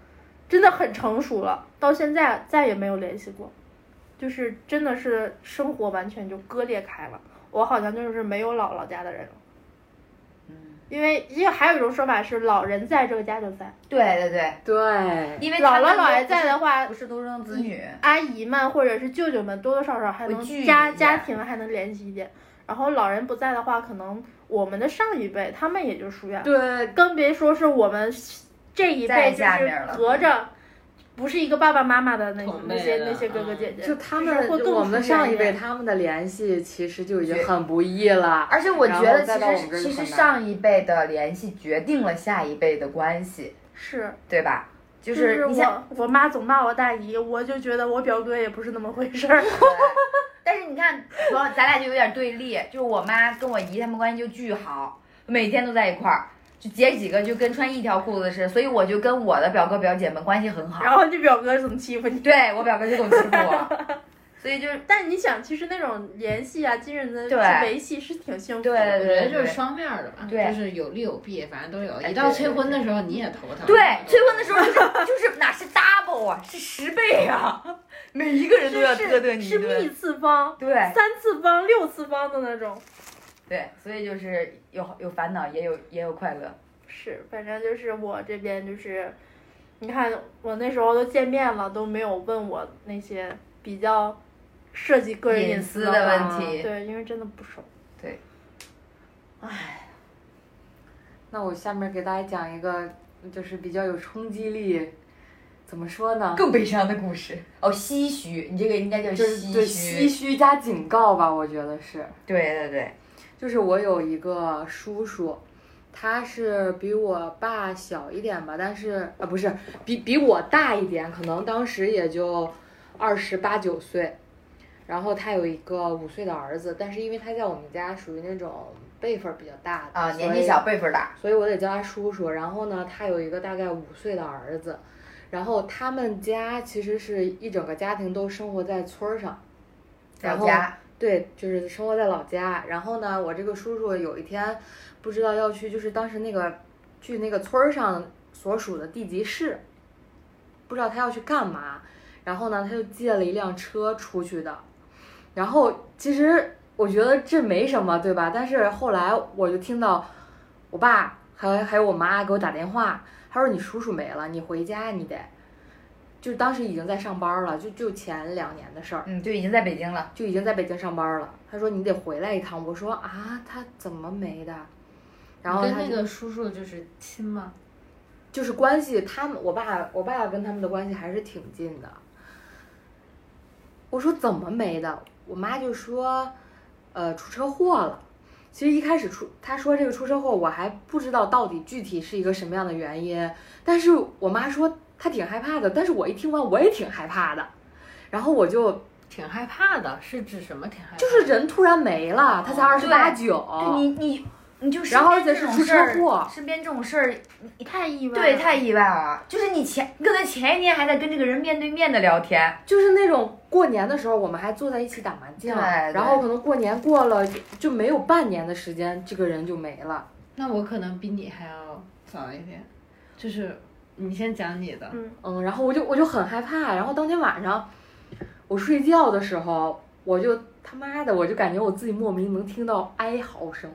C: 真的很成熟了，到现在再也没有联系过，就是真的是生活完全就割裂开了，我好像就是没有姥姥家的人了。
B: 嗯
C: 因为因为还有一种说法是，老人在这个家就在，
B: 对对对，
D: 对，
B: 因为
C: 姥姥
B: 他们
C: 姥爷
B: 都
C: 在的话
B: 不，是嗯独生子女，
C: 阿姨们或者是舅舅们多多少少还
B: 会
C: 能
B: 聚
C: 家
B: 一
C: 家
B: 点
C: 庭还能联系一点。然后老人不在的话，可能我们的上一辈他们也就疏远，
D: 对，
C: 更别说是我们这一
B: 再
C: 辈就
B: 下
C: 是
B: 面了
C: 隔着，不是一个爸爸妈妈的那
F: 同
C: 那
F: 辈
C: 些
F: 的
C: 那些哥哥
F: 嗯
C: 姐姐，
D: 就他
C: 是
D: 们
C: 会
D: 就
C: 更
D: 我们的
C: 疏
D: 上
C: 远
D: 一
C: 一
D: 辈，
C: 点
D: 他们的联系其实就已经很不易了。
B: 而且我觉
D: 然
B: 得
D: 后再到我们
B: 其
D: 这
B: 实
D: 儿
B: 其
D: 就
B: 实
D: 很难
B: 上一辈的联系决定了下一辈的关系，
C: 是
B: 对吧？就
C: 就是
B: 你像，
C: 我我妈总骂我大姨，我就觉得我表哥也不是那么回事 儿，
B: 对但是你看，主要咱俩就有点对立，就是我妈跟我姨他们关系就巨好，每天都在一块儿。就姐几个就跟穿一条裤子似的，所以我就跟我的表哥表姐们关系很好。
C: 然后你表哥怎么欺负你？
B: 对我表哥就总欺负我，所以就是
C: 但你想，其实那种联系啊、亲人的
B: 对
C: 维系是挺幸福的。
B: 对
F: 我觉得就是双面儿的吧，
B: 对
F: 就是有利有弊，反正都有。
B: 哎
F: 一到
B: 对对
F: 催婚的时候，你也头疼。
B: 对催婚的时候就是就是哪是 double 啊，是十倍啊， 每一个人都要
C: 是
B: 嘚嘚
C: 是
B: 你一
C: 是
B: 顿
C: 密。次方、
B: 对
C: 三次方、六次方的那种。
B: 对，所以就是有有烦恼，也有也有快乐。
C: 是，反正就是我这边就是，你看我那时候都见面了，都没有问我那些比较涉及个人
B: 隐
C: 私
B: 的
C: 话
B: 问题
C: 对，因为真的不熟。
D: 那我下面给大家讲一个，就是比较有冲击力，怎么说呢？
B: 更悲伤的故事哦，唏嘘，你这个应该叫
D: 就是对
B: 唏嘘。
D: 唏嘘加警告吧，我觉得是。
B: 对对对，
D: 就是我有一个叔叔，他是比我爸小一点吧，但是呃不是比比我大一点，可能当时也就二十八九岁。然后他有一个五岁的儿子，但是因为他在我们家属于那种辈分儿比较大的
B: 啊，
D: 所
B: 年纪
D: 以
B: 小辈分大。
D: 所以我得叫他叔叔。然后呢，他有一个大概五岁的儿子，然后他们家其实是一整个家庭都生活在村儿上，然
B: 老
D: 后
B: 家
D: 对，就是生活在老家。然后呢，我这个叔叔有一天不知道要去，就是当时那个去那个村儿上所属的地级市，不知道他要去干嘛。然后呢，他就借了一辆车出去的。然后其实我觉得这没什么，对吧？但是后来我就听到我爸还还有我妈给我打电话，他说你叔叔没了，你回家你得。就当时已经在上班了，就就前两年的事儿。
B: 嗯，就已经在北京了。
D: 就已经在北京上班了。他说你得回来一趟。我说啊，他怎么没的？然后
F: 跟
D: 他
F: 那
D: 就
F: 个叔叔就是亲吗？
D: 就是关系，他们我爸我爸跟他们的关系还是挺近的。我说怎么没的？我妈就说，呃，出车祸了。其实一开始出，她说这个出车祸，我还不知道到底具体是一个什么样的原因。但是我妈说她挺害怕的，但是我一听完我也挺害怕的。然后我就
F: 挺害怕的，是指什么挺害怕？
D: 就是人突然没了，她才二十八九，
B: 对你你你就身
D: 然后
B: 边
D: 而且
B: 这
D: 是
B: 种
D: 出
B: 事儿
D: 车祸
B: 身边这种事儿
C: 太意外了，
B: 对，太意外了。就是你前可能前一年还在跟这个人面对面的聊天，
D: 就是那种过年的时候，我们还坐在一起打麻将，
B: 对对
D: 然后可能过年过了就就没有半年的时间，这个人就没了。
F: 那我可能比你还要早一点，就是你先讲你的。
C: 嗯，
D: 嗯，然后我就我就很害怕，然后当天晚上我睡觉的时候，我就他妈的我就感觉我自己莫名能听到哀嚎声，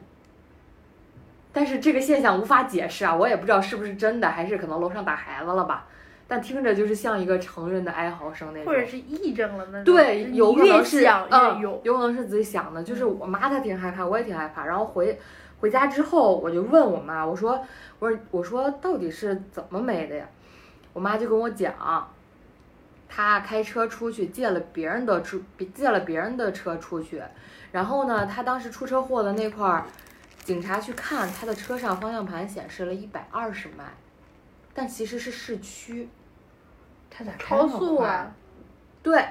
D: 但是这个现象无法解释啊，我也不知道是不是真的，还是可能楼上打孩子了吧，但听着就是像一个成人的哀嚎声那种，
C: 或者是癔症了那种，
D: 对，有可能是
C: 越想
D: 嗯
C: 越有。
D: 有可能是自己想的。就是我妈她挺害怕，我也挺害怕。然后回回家之后，我就问我妈，我说我说我说到底是怎么没的呀？我妈就跟我讲，她开车出去借了别人的出借了别人的车出去，然后呢，她当时出车祸的那块儿，警察去看她的车上方向盘显示了一百二十迈，但其实是市区。
B: 他咋开那
C: 超
B: 么
C: 速
B: 快
C: 啊！
D: 对，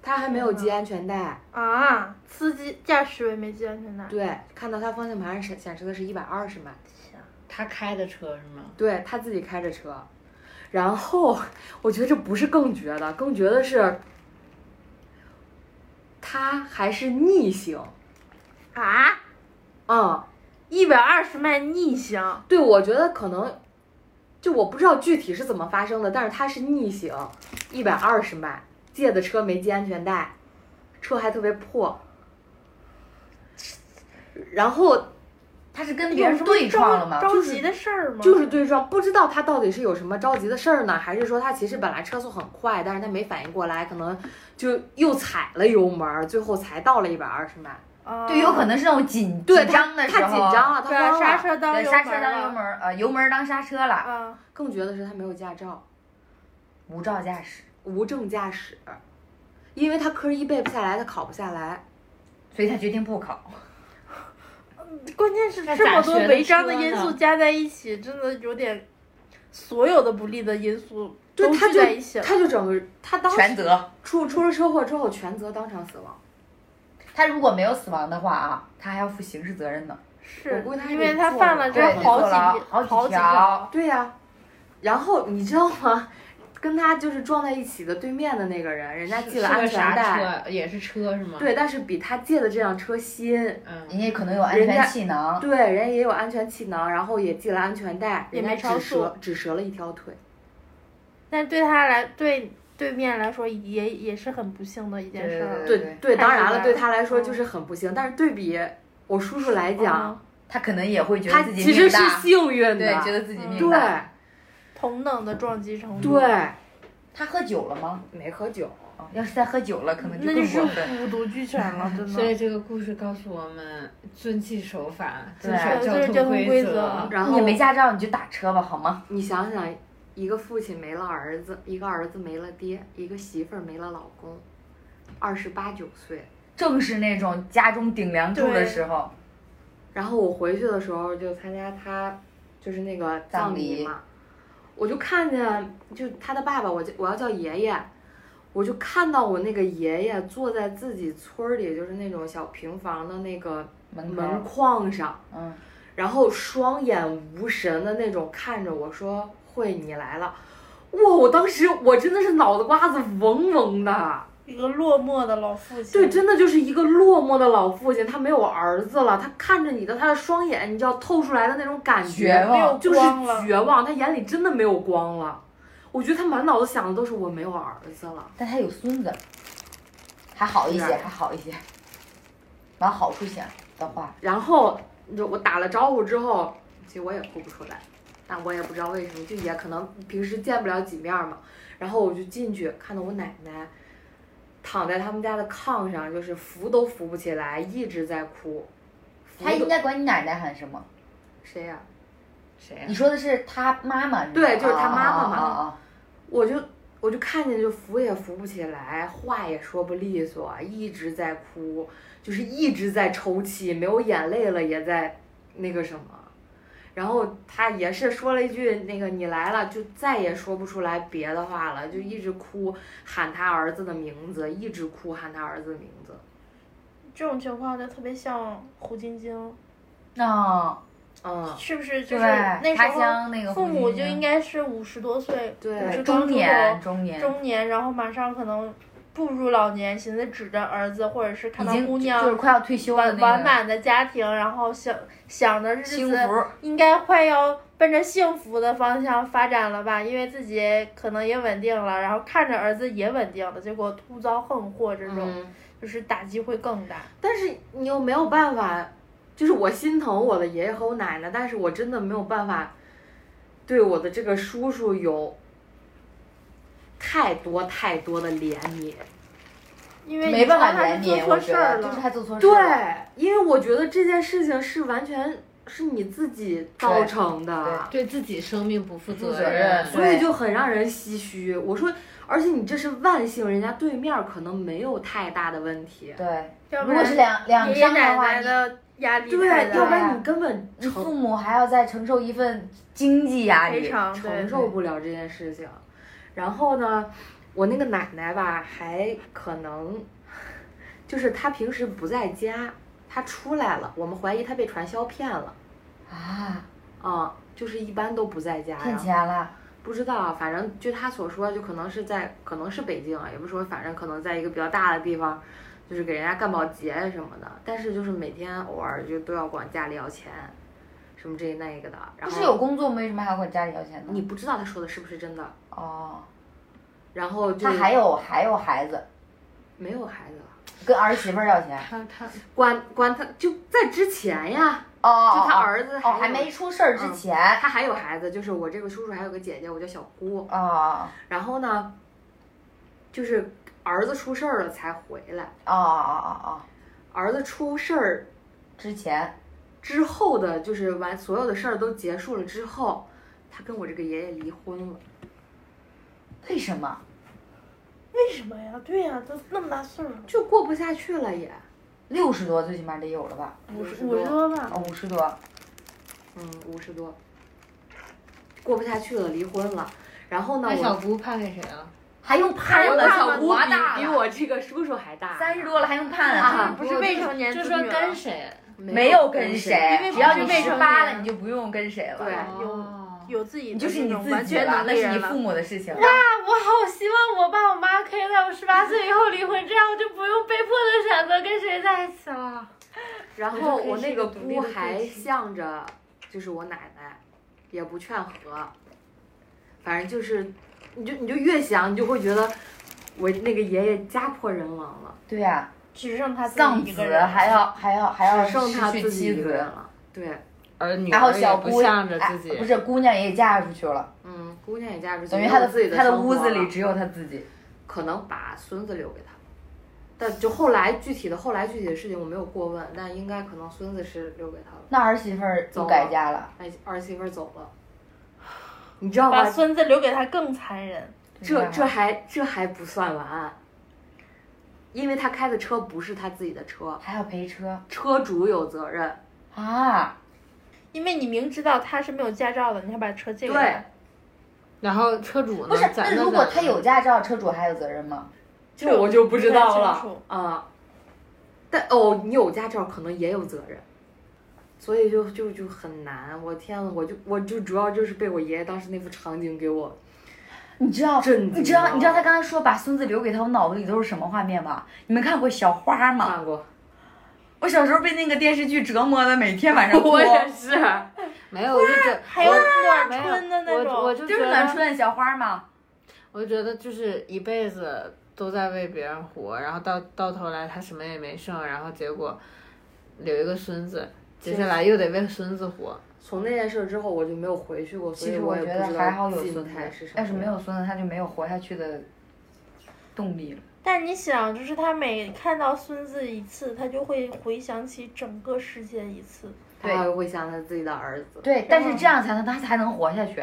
D: 他还没有系
C: 天
D: 安全带。
C: 啊！司机驾驶位没系安全带，
D: 对，看到他方向盘上显示的是一百二十迈，
F: 他开的车是吗？
D: 对他自己开着车，然后我觉得这不是更绝的，更绝的是，他还是逆行，
C: 啊，
D: 嗯，
C: 一百二十迈逆行，
D: 对，我觉得可能，就我不知道具体是怎么发生的，但是他是逆行，一百二十迈，借的车没系安全带，车还特别破，然后
B: 他是跟别人对撞了吗？
C: 着
D: 就是
C: 急的事儿吗？
D: 就是对撞，不知道他到底是有什么着急的事儿呢，还是说他其实本来车速很快，但是他没反应过来，可能就又踩了油门儿，最后才到了一百二十迈。
C: 啊，
B: 对，有可能是那种紧
D: 对，
B: 紧
D: 他
B: 张的时候，
D: 他紧张了，他
C: 对啊
D: 慌了。
C: 刹车当
B: 对，
C: 油
B: 刹
C: 门啊
B: 车当油
C: 了
B: 门儿，呃，油门儿当刹车了，
C: 啊，
D: 更绝的是他没有驾照，
B: 无照驾驶，
D: 无证驾驶，因为他科一背不下来，他考不下来。
B: 所以他决定不考。
C: 关键是
F: 那
C: 这
F: 咋
C: 么多
F: 学的
C: 违章
F: 车
C: 的因
F: 呢
C: 素加在一起，真的有点所有的不利的因素
D: 对
C: 都
D: 他
C: 聚
D: 就
C: 在一起了。
D: 他就整个他当
B: 全
D: 时
B: 责。
D: 出出了车祸之后，全责当场死亡。
B: 他如果没有死亡的话啊，他还要负刑事责任呢。
D: 我
C: 是
D: 估计他
C: 因
D: 得
C: 为他
D: 坐
C: 犯
D: 牢
C: 了这
D: 对
C: 好
B: 坐
C: 几
B: 牢
C: 遍
B: 好几
C: 好几
B: 条
C: 条，
D: 对呀、然后你知道吗？跟他就是撞在一起的对面的那个人，人家系
F: 是
D: 了
F: 个
D: 安全带，
F: 啥车？也是车是吗？，
D: 对，但是比他借的这辆车新，
F: 嗯，
B: 人家可能有安全气囊，
D: 对，人家也有安全气囊，然后也系了安全带，
C: 也
D: 人家
C: 没超
D: 只
C: 速
D: 折只折了一条腿，
C: 但对他来对对面来说也也是很不幸的一件事儿。
B: 对
D: 对对，当
C: 太意
D: 然
C: 外
D: 了，
C: 了
D: 对他来说就是很不幸，但是对比我叔叔来讲，
C: 嗯
B: 他可能也会觉
D: 他
B: 得自己
D: 其实
B: 命
D: 是
B: 大，
D: 幸运
G: 对，
D: 的，
G: 觉得自己
C: 嗯
G: 命大。
D: 对
C: 同等的撞击程度，
D: 对，
B: 他喝酒了吗？
D: 没喝酒，
B: 哦要是他喝酒了，可能就
C: 那就
B: 更
C: 是
B: 过分。
C: 五毒俱全了，真
F: 所
C: 的。
F: 以这个故事告诉我们，遵纪守法，
B: 对
F: 遵守
C: 遵守交
F: 交
C: 通
F: 通
C: 规
F: 规
C: 则
F: 则。
D: 然
B: 你
D: 后
B: 也没驾照，你就打车吧，好吗？
D: 你想想，一个父亲没了儿子，一个儿子没了爹，一个媳妇儿没了老公，二十八九岁。
B: 正是那种家中顶梁柱的
C: 对
B: 时候，
D: 然后我回去的时候就参加他，就是那个
B: 葬
D: 葬
B: 礼
D: 礼嘛，我就看见就他的爸爸，我就我要叫爷爷，我就看到我那个爷爷坐在自己村儿里，就是那种小平房的那个
B: 门口
D: 门框上，
B: 嗯，
D: 然后双眼无神的那种看着我说：“慧，你来了。”哇！我当时我真的是脑袋瓜子嗡嗡的，
C: 一个落寞的老父亲，
D: 对，真的就是一个落寞的老父亲，他没有儿子了，他看着你的他的双眼，你知道透出来的那种感
B: 绝
D: 觉，
C: 没有
B: 望。
D: 就是
C: 光了，
D: 绝望，他眼里真的没有光了。我觉得他满脑子想的都是我没有儿子了，
B: 但他有孙子，还好一些，
D: 是
B: 还好一些。往好处想的话，
D: 然后你就我打了招呼之后，其实我也哭不出来，但我也不知道为什么，就也可能平时见不了几面嘛。然后我就进去，看到我奶奶躺在他们家的炕上，就是扶都扶不起来，一直在哭。扶
B: 他
D: 都
B: 应该管你奶奶喊什么？
D: 谁呀、
F: 谁啊呀
B: 你？说的是他妈妈？你
D: 对
B: 说
D: 就是他妈妈
B: 啊
D: 嘛
B: 啊啊啊
D: 我就我就看见就扶也扶不起来，话也说不利索，一直在哭，就是一直在抽泣，没有眼泪了也在那个什么。然后他也是说了一句那个你来了，就再也说不出来别的话了，就一直哭喊他儿子的名字，一直哭喊他儿子的名字。
C: 这种情况就特别像胡晶晶，
B: 那
D: 嗯，
C: 是不是？
B: 对，
C: 就是那
B: 他
C: 时候
B: 乡那个
C: 父母就应
B: 该
C: 该是五十多岁，
D: 对
C: 五十
B: 中年，
C: 年
B: 中年，
C: 中年，然后马上可能步入老年，寻思指着儿子，或者是看
B: 已
C: 到
B: 经
C: 姑
B: 就是
C: 娘
B: 快要退休的
C: 完完
B: 那个
C: 满的家庭，然后想想着日
B: 幸
C: 子
B: 福。
C: 应该快要奔着幸福的方向发展了吧，因为自己可能也稳定了，然后看着儿子也稳定了，结果突遭横祸，这种、
D: 嗯
C: 就是打击会更大。
D: 但是你又没有办法，就是我心疼我的爷爷和我奶奶，但是我真的没有办法对我的这个叔叔有太多太多的怜悯。
C: 因为
B: 没办法
C: 他
B: 怜
C: 是做
B: 悯，我
C: 错
B: 觉
C: 事儿
B: 得
C: 了，
B: 就是他做错事
D: 对
B: 儿了。，
D: 因为我觉得这件事情是完全是你自己造成的，
F: 对自己生命不负
B: 负
F: 责
B: 责任
D: 所以就很让人唏嘘。我说，而且你这是万幸，人家对面可能没有太大的问题。
B: 对，
C: 要不
B: 如果是两
C: 然
B: 两
C: 爷爷
B: 伤
C: 奶
B: 的话，
C: 奶
B: 你
C: 的压力
D: 对，
C: 太大
D: 要
C: 了
D: 不然你根本
B: 你
D: 承
B: 父母还要再承受一份经济压
C: 赔
B: 力，
C: 偿对
D: 承受不了这件事情。然后呢，我那个奶奶吧，还可能就是她平时不在家，她出来了，我们怀疑她被传销骗了
B: 啊，
D: 啊、就是一般都不在家
C: 哎
B: 骗
D: 呀。
B: 钱了，
D: 不知道啊，反正据她所说，就可能是在，可能是北京啊，也不说，反正可能在一个比较大的地方，就是给人家干保洁什么的。但是就是每天偶尔就都要管家里要钱，什么这那个的。然
B: 不
D: 后
B: 是有工作吗？为什么还要管家里要钱呢？
D: 你不知道她说的是不是真的，
B: 哦，
D: 然后就
B: 他还有还有孩子，
D: 没有孩子了，
B: 跟儿媳妇儿要钱。
F: 他他
D: 管管他就在之前呀，
B: 哦哦，
D: 就他
B: 哦
D: 儿子
B: 哦
D: 有
B: 还没出事儿
C: 嗯
B: 之前。
D: 他还有孩子，就是我这个叔叔还有个姐姐，我叫小姑。
B: 哦
D: 然后呢，就是儿子出事儿了才回来，
B: 哦哦哦哦，
D: 儿子出事儿
B: 之前
D: 之后的，就是完所有的事儿都结束了之后，他跟我这个爷爷离婚了。
B: 为什么？
C: 为什么呀？对呀、都那么大岁数了，
D: 就过不下去了也，
B: 六十多最起码得有了吧？
C: 五十
D: 五
C: 五
D: 十
C: 十
D: 多
C: 多吧，
B: 哦，五十多，
D: 嗯，五十多，过不下去了，离婚了。然后呢，
F: 那小
D: 我
F: 姑判给谁啊了？
B: 还用判了？
C: 还用判
B: 小
C: 吗
B: 姑
D: 我
B: 比
D: 比比我这个叔叔还大，
B: 三十多了还用判
D: 啊
B: 啊？
C: 不是未成年
F: 就
C: 子
F: 说
C: 女了
F: 跟谁？
B: 没有跟谁，
C: 因为
B: 只要你
C: 不是
B: 十
C: 未成
B: 八了，
C: 年
B: 你就不用跟谁了。
D: 对哦
C: 有自己
B: 你
C: 的
B: 就是
C: 那
B: 你
C: 种
B: 自
C: 完
B: 己
C: 全
B: 了，
C: 能
B: 那
C: 力
B: 是
C: 人
B: 你
C: 了
B: 父母的事情了。
E: 我好希望我爸我妈可以在我十八岁以后离婚，这样我就不用被迫的选择跟谁在一起了。
D: 然
E: 我就
D: 后
E: 可以
D: 我
E: 是
D: 那
E: 一
D: 个
E: 个独立
D: 姑
E: 的个
D: 还
E: 体
D: 向着就是我奶奶，也不劝和，反正就是，你就你就越想，你就会觉得我那个爷爷家破人亡了，
B: 对呀、
C: 只剩他自
B: 丧
C: 己一
B: 子
C: 个人，
B: 还要还要还要
D: 只剩他
B: 失去
D: 自己
B: 妻
D: 一个人
B: 子，
D: 了。对，
E: 而呃女
B: 然后小姑
E: 向着
B: 哎
E: 自己，
B: 不是姑娘也嫁出去了，
D: 嗯，姑娘也嫁出去，
B: 等于
D: 有
B: 她的
D: 自己
B: 她的
D: 生
B: 屋
D: 活
B: 子里
D: 了
B: 只有她自己。
D: 可能把孙子留给他，但就后来具体的后来具体的事情我没有过问，但应该可能孙子是留给他了。
B: 那儿媳妇儿
D: 走
B: 就
D: 了
B: 改嫁了，
D: 哎，儿媳妇儿走了，你知道吧
C: 把？孙子留给他更残忍。
D: 这
B: 对
D: 这还这还不算完，因为他开的车不是他自己的车，
B: 还要赔车
D: 车主有责任。
B: 啊！
C: 因为你明知道他是没有驾照的，你还把车借给
D: 对
C: 他，
E: 然后车主呢？
B: 不是，
E: 攒
B: 那
E: 着
B: 如果
E: 攒
B: 他
E: 着
B: 有驾照，车主还有责任吗？
D: 这我就不知
C: 不
D: 道
C: 太清
D: 了
C: 楚
D: 啊。但哦，你有驾照可能也有责任，所以就就就很难。我天呐，我就我就主要就是被我爷爷当时那幅场景给我
B: 你知道，
D: 震惊了
B: 哦你知道，你知道他刚才说把孙子留给他，我脑子里都是什么画面吗？你们看过小花吗？
D: 看过。
B: 我小时候被那个电视剧折磨的，每天晚上哭，
D: 是，
E: 没有，我就觉
C: 还有
E: 我
C: 暖
E: 没有
C: 春的那
E: 我我
C: 种，
E: 就
B: 就
E: 觉
B: 是暖
E: 得，
B: 春小花嘛。
E: 我就觉得就是一辈子都在为别人活，然后到到头来他什么也没剩，然后结果留一个孙子，接下来又得为孙子活。
D: 从那件事之后我就没有回去过，所
B: 其
D: 以
B: 实我
D: 也
B: 觉
D: 不知
B: 得还好
D: 道
B: 有
D: 心
B: 孙子
D: 态是什，么。
B: 要是没，有孙子，他就没有活下去的动力了。
C: 但你想，就是他每看到孙子一次，他就会回想起整个世界一次。
D: 他还会想他自己的儿子。
B: 对，但是这样才能他才能活下去。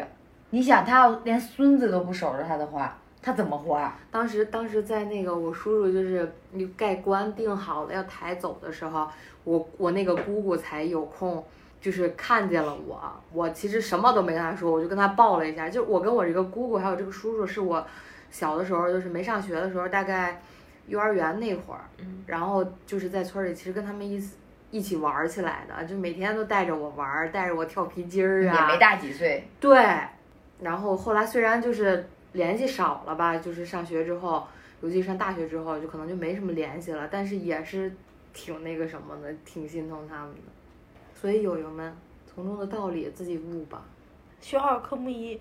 B: 你想，他要连孙子都不守着他的话，他怎么活啊？
D: 当时当时在那个我叔叔就是你盖棺定好了要抬走的时候，我我那个姑姑才有空，就是看见了我。我其实什么都没跟她说，我就跟她抱了一下。就我跟我这个姑姑还有这个叔叔，是我小的时候就是没上学的时候，大概幼儿园那会儿，
B: 嗯
D: 然后就是在村里，其实跟他们一起一起玩儿起来的，就每天都带着我玩儿，带着我跳皮筋儿
B: 也
D: 啊，
B: 没大几岁，
D: 对，然后后来虽然就是联系少了吧，就是上学之后，尤其上大学之后，就可能就没什么联系了，但是也是挺那个什么的，挺心疼他们的。所以友友们，从中的道理自己悟吧。
C: 学好科目一，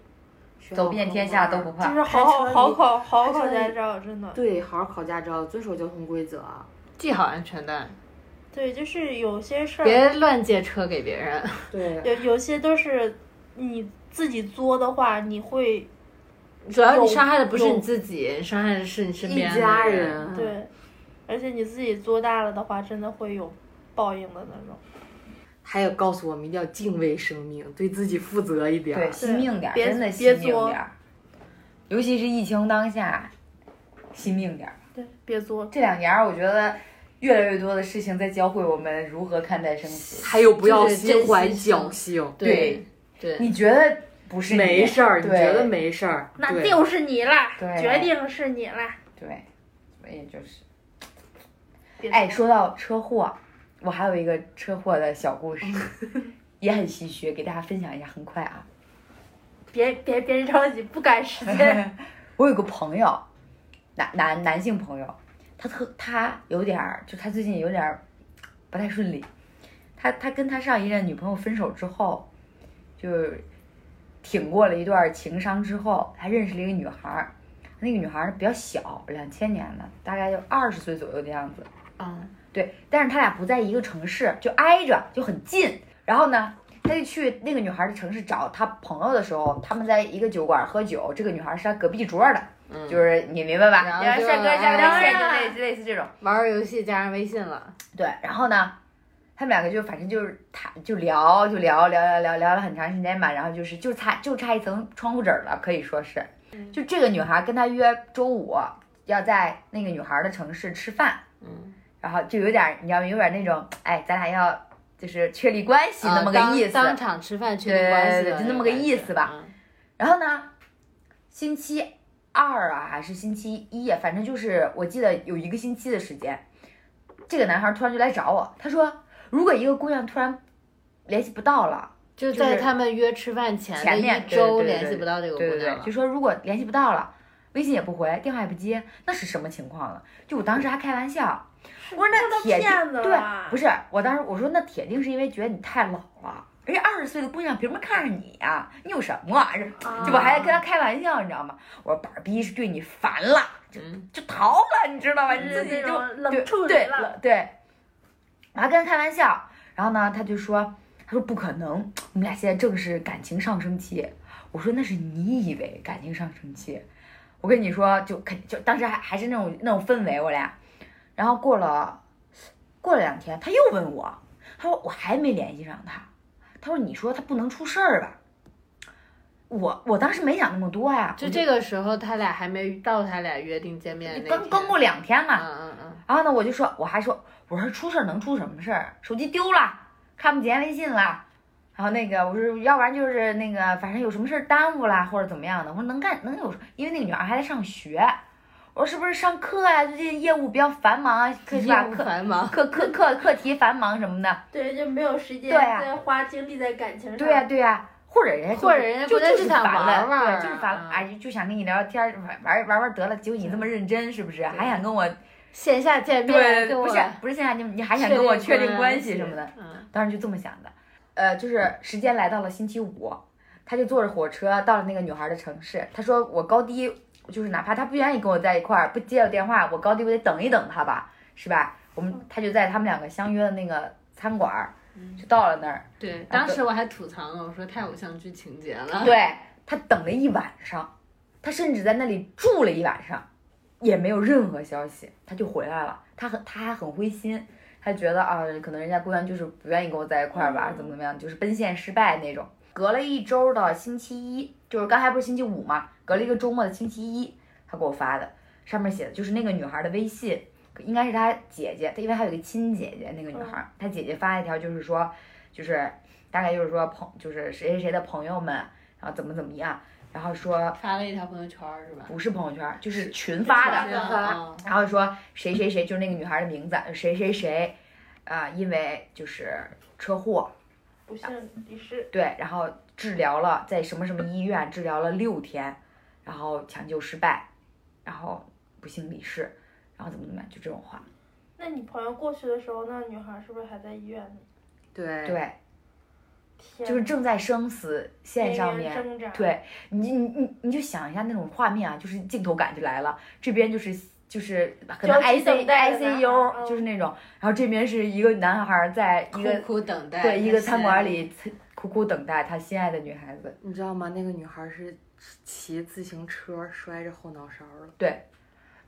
D: 学好
B: 走遍天下都不
C: 就
B: 怕。
C: 是好好
D: 开车
C: 好
D: 你
C: 考好
D: 开车
C: 考驾
D: 你
C: 照，真的。
D: 对，好好考驾照，遵守交通规则。啊
E: 系好安全带，
C: 对，就是有些事儿，
E: 别乱借车给别人。
D: 对，
C: 有有些都是你自己作的话，你会
E: 主要你伤害的不是你自己，你伤害的是你身
D: 一
E: 边的
D: 家
E: 人。
D: 人。，
B: 嗯
C: 对，而且你自己作大了的话，真的会有报应的那种。
D: 还有告诉我们一定要敬畏生命，对自己负责一点儿。
B: 对，惜命点儿，
C: 别
B: 真的惜
C: 别
B: 命点
C: 作
B: 儿。尤其是疫情当下，惜命点儿。
C: 对，别作。
B: 这两年儿，我觉得越来越多的事情在教会我们如何看待生死。
D: 还有不要
E: 就是珍
D: 心怀
E: 惜生
D: 侥幸。
E: 对
B: 你觉得不是你
D: 没事儿，你
B: 对
D: 觉得没事儿，
C: 那
D: 对
C: 就是你啦，
B: 对哎
C: 决定是你啦。
B: 对，所以就是，
C: 别
B: 哎，
C: 作
B: 说到车祸，我还有一个车祸的小故事，
D: 嗯
B: 也很唏嘘，给大家分享一下，很快啊。
C: 别别别着急，不赶时 间。
B: 我有个朋友，男男男性朋友，他特他有点儿，就他最近有点儿不太顺利。他他跟他上一任女朋友分手之后，就是挺过了一段情伤之后，他认识了一个女孩儿，那个女孩儿比较小，两千年的，大概就二十岁左右的样子。
E: 嗯，
B: 对，但是他俩不在一个城市，就挨着，就很近。然后呢，他就去那个女孩的城市找他朋友的时候，他们在一个酒馆喝酒，这个女孩是他隔壁桌的，
E: 嗯
B: 就是你明白吧？
E: 然后
B: 然后
E: 就
B: 帅哥
E: 哎
B: 加微信，
C: 当
B: 就
C: 然
B: 类似类似这种。
E: 玩儿游戏加上微信了，
B: 对，然后呢，他们两个就反正就是谈就聊就聊聊聊聊聊了很长时间嘛，然后就是就差就差一层窗户纸儿了，可以说是，就这个女孩跟他约周五要在那个女孩的城市吃饭，
E: 嗯，
B: 然后就有点儿你知道吗？有点儿那种哎，咱俩要就是确立关系那么个意思。
E: 啊当当场吃饭确定
B: 对
E: 关系
B: 对
E: 的
B: 对就
E: 那
B: 那么
E: 种
B: 个
E: 感觉
B: 意思吧。
E: 嗯
B: 然后呢，星期二啊还是星期一啊，反正就是我记得有一个星期的时间，这个男孩突然就来找我，他说如果一个姑娘突然联系不到了，
F: 就
B: 就
F: 在
B: 是
F: 他们约吃饭前的
B: 前面
F: 一
B: 对
F: 周
B: 对对
F: 联系
B: 对
F: 不到这个
B: 对
F: 姑
B: 对
F: 娘
B: 对，
F: 了
B: 就，说如果联系不到了，微信也不回，电话也不接，那是什么情况了？就我当时还开玩笑，我说那
C: 碰到
B: 铁定
C: 骗子
B: 对
C: 了，
B: 不是，我当时我说那铁定是因为觉得你太老了，人家二十岁的姑娘凭什么看上你呀、你有什么啊？这
C: 啊
B: 这我还跟他开玩笑，你知道吗？我说板儿逼是对你烦了，就
F: 嗯
B: 就逃了，你知道吧？你
C: 就是
B: 自己
C: 那
B: 就
C: 种冷
B: 对
C: 处理
B: 对
C: 了。
B: 冷对，我还跟他开玩笑，然后呢，他就说，他说不可能，我们俩现在正是感情上升期。我说那是你以为感情上升期，我跟你说，就肯就当时还还是那种那种氛围，我俩。然后过了过了两天，他又问我，他说我还没联系上他，他说你说他不能出事儿吧？我我当时没想那么多呀，
F: 就
B: 我
F: 这个时候他俩还没到他俩约定见面那
B: 刚
F: 天
B: 刚过两天嘛，
F: 嗯嗯嗯，
B: 然后呢，我就说，我还说，我说出事儿能出什么事儿？手机丢了，看不见微信了，然后那个我说，要不然就是那个，反正有什么事儿耽误了或者怎么样的。我说能干能有，因为那个女孩还在上学，我说是不是上课啊？最近业务比较繁忙啊，课是吧？
F: 业务
B: 课
F: 繁忙，
B: 课课课课题繁忙什么的。
C: 对，就没有时间
B: 对啊
C: 再花精力在感情上。
B: 对呀、啊对呀、或者人家就
F: 或者人家
B: 就
F: 不但
B: 就是是
F: 想
B: 烦了
F: 玩玩儿
B: 对，就是烦
F: 嗯
B: 了，哎，就想跟你聊聊天儿，玩玩玩玩得了。结果你这么认真，是不是？还想跟我
F: 线下见面，跟我
B: 不是不是现在你你还想跟我确定关系什么的，
F: 嗯，
B: 当时就这么想的。呃，就是时间来到了星期五，他就坐着火车到了那个女孩的城市。他说我高低就是哪怕他不愿意跟我在一块儿，不接我电话，我高低我得等一等他吧，是吧？我们他就在他们两个相约的那个餐馆儿，就到了那儿。
F: 对，当时我还吐槽呢，我说太偶像剧情节了，
B: 对他等了一晚上，他甚至在那里住了一晚上，也没有任何消息，他就回来了。他很他还很灰心，他觉得啊，可能人家姑娘就是不愿意跟我在一块儿吧，怎么怎么样，就是奔现失败那种。隔了一周的星期一，就是刚才不是星期五嘛，隔了一个周末的星期一，他给我发的，上面写的就是那个女孩的微信，应该是她姐姐，她因为她有个亲姐姐，那个女孩，她姐姐发一条就是说，就是大概就是说朋，就是谁谁谁的朋友们，然后怎么怎么样，然后说
F: 发了一条朋友圈儿是吧？
B: 不是朋友圈，就是群发的，
C: 群
F: 然后啊
B: 然后说谁谁谁就是那个女孩的名字，谁谁谁，啊、因为就是车祸，
C: 不幸离世。
B: 对，然后治疗了在什么什么医院治疗了六天，然后抢救失败，然后不幸离世，然后怎么怎么样，就这种话。
C: 那你朋友过去的时候，那女孩是不是还在医院呢？
D: 对，
B: 对，
C: 天，
B: 就是正在生死线上
C: 边缘
B: 面。
C: 挣扎。，
B: 对你，你你你就想一下那种画面啊，就是镜头感就来了，这边就是就是可能
C: 焦急
B: I
C: 等
B: C
C: 待嗯
B: I
C: 的
B: C
C: 男孩
B: U 就是那种，然后这边是一个男孩在一个
F: 苦苦等待，
B: 对一个
F: 他
B: 餐
F: 是
B: 馆，里苦苦等待他心爱的女孩子。
D: 你知道吗？那个女孩是骑自行车摔着后脑勺了。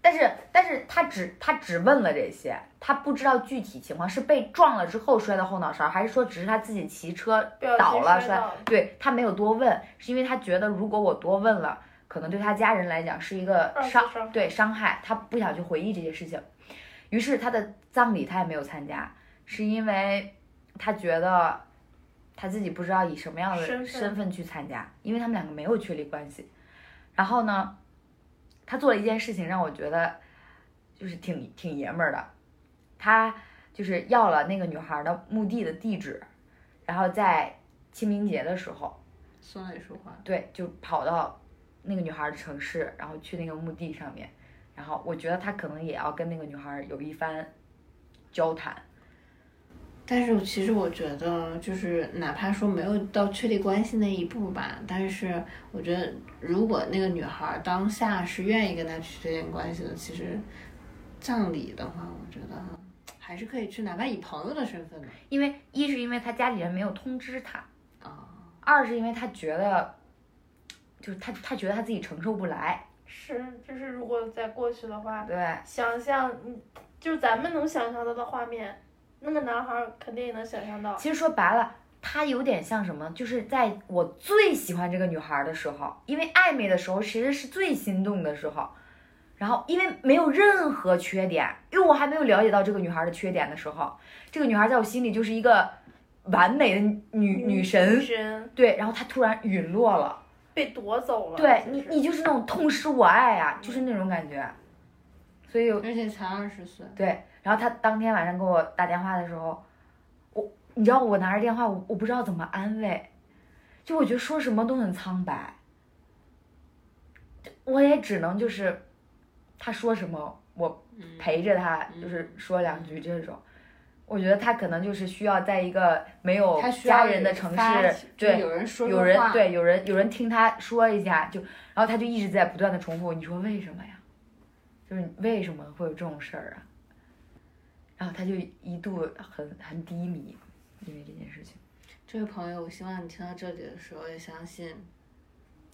B: 但是，但是他只他只问了这些，他不知道具体情况是被撞了之后摔到后脑勺，还是说只是他自己骑车
C: 不小心
B: 倒了
C: 摔倒了
B: 对他没有多问，是因为他觉得如果我多问了，可能对他家人来讲是一个
C: 二次
B: 伤，
C: 伤害
B: 对伤害，他不想去回忆这些事情。于是他的葬礼他也没有参加，是因为他觉得他自己不知道以什么样
C: 身
B: 的
C: 份
B: 身份去参加，因为他们两个没有确立关系。然后呢，他做了一件事情让我觉得就是挺挺爷们儿的，他就是要了那个女孩的墓地的地址，然后在清明节的时候，
F: 送了一束花，
B: 对，就跑到那个女孩的城市，然后去那个墓地上面，然后我觉得他可能也要跟那个女孩有一番交谈，
F: 但是其实我觉得，就是哪怕说没有到确立关系那一步吧，但是我觉得，如果那个女孩当下是愿意跟他去确定关系的，其实葬礼的话，我觉得还是可以去，哪怕以朋友的身份的
B: 因为一是因为他家里人没有通知他，
F: 啊、
B: 二是因为他觉得，就是他他觉得他自己承受不来，
C: 是，就是如果再过去的话，
B: 对。
C: 想象，嗯就是咱们能想象到的画面，那个男孩儿肯定也能想象到。
B: 其实说白了，他有点像什么？就是在我最喜欢这个女孩的时候，因为暧昧的时候其实是最心动的时候，然后因为没有任何缺点，因为我还没有了解到这个女孩的缺点的时候，这个女孩在我心里就是一个完美的女女神
C: 女。神
B: 对，然后她突然陨落了，
C: 被夺走了。
B: 对
C: 其
B: 你，
C: 实
B: 你就是那种痛失我爱啊，就是那种感觉。所以
F: 而且才二十岁，
B: 对，然后他当天晚上给我打电话的时候，你知道我拿着电话，我我不知道怎么安慰，就我觉得说什么都很苍白，我也只能就是他说什么我
E: 嗯
B: 陪着他，就是说两句这种。我觉得他可能就是需要在一个没有
E: 他需要
B: 家人的城市，对，
E: 有人说
B: 有人对有人有人听他说一下，就然后他就一直在不断的重复，你说为什么呀？就是你为什么会有这种事儿啊？然后他就一度很很低迷，因为这件事情。
E: 这位朋友，我希望你听到这里的时候，也相信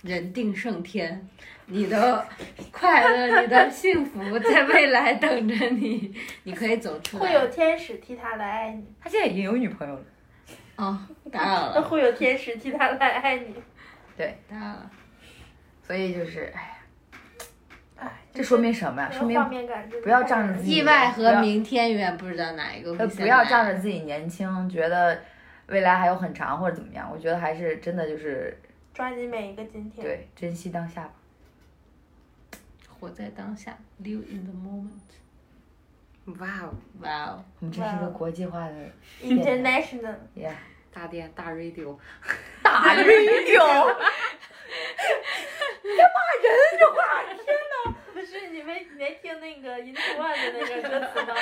E: 人定胜天，你的快乐，你的幸福在未来等着你，你可以走出来。
C: 会有天使替他来爱你，
B: 他现在已经有女朋友了，
E: 哦，打扰
C: 那
E: 了，
C: 会有天使替他来爱你。
E: 打扰 了。
B: 所以就是哎呀，
C: 哎，
B: 这说明什么呀？
C: 没有
B: 说明
C: 画面感真的
B: 不要
C: 太
B: 仗着
C: 让
B: 自
C: 人
B: 己
E: 意外和明天远不知道哪一个会
B: 呃
E: 先
B: 不要
E: 来
B: 仗着自己年轻，觉得未来还有很长或者怎么样。我觉得还是真的就是
C: 抓紧每一个今天。
B: 对珍惜当下吧。
E: 活在当下，live in the moment。
D: 哇哦，
E: 哇 哦，
B: 我们这是一个
C: 哇
B: 国际化的
C: ，International，
B: 呀，
D: 大电大 radio，
B: 打 绿酒。
C: 不是你没你没听那个 Into One 的那个歌词 吗？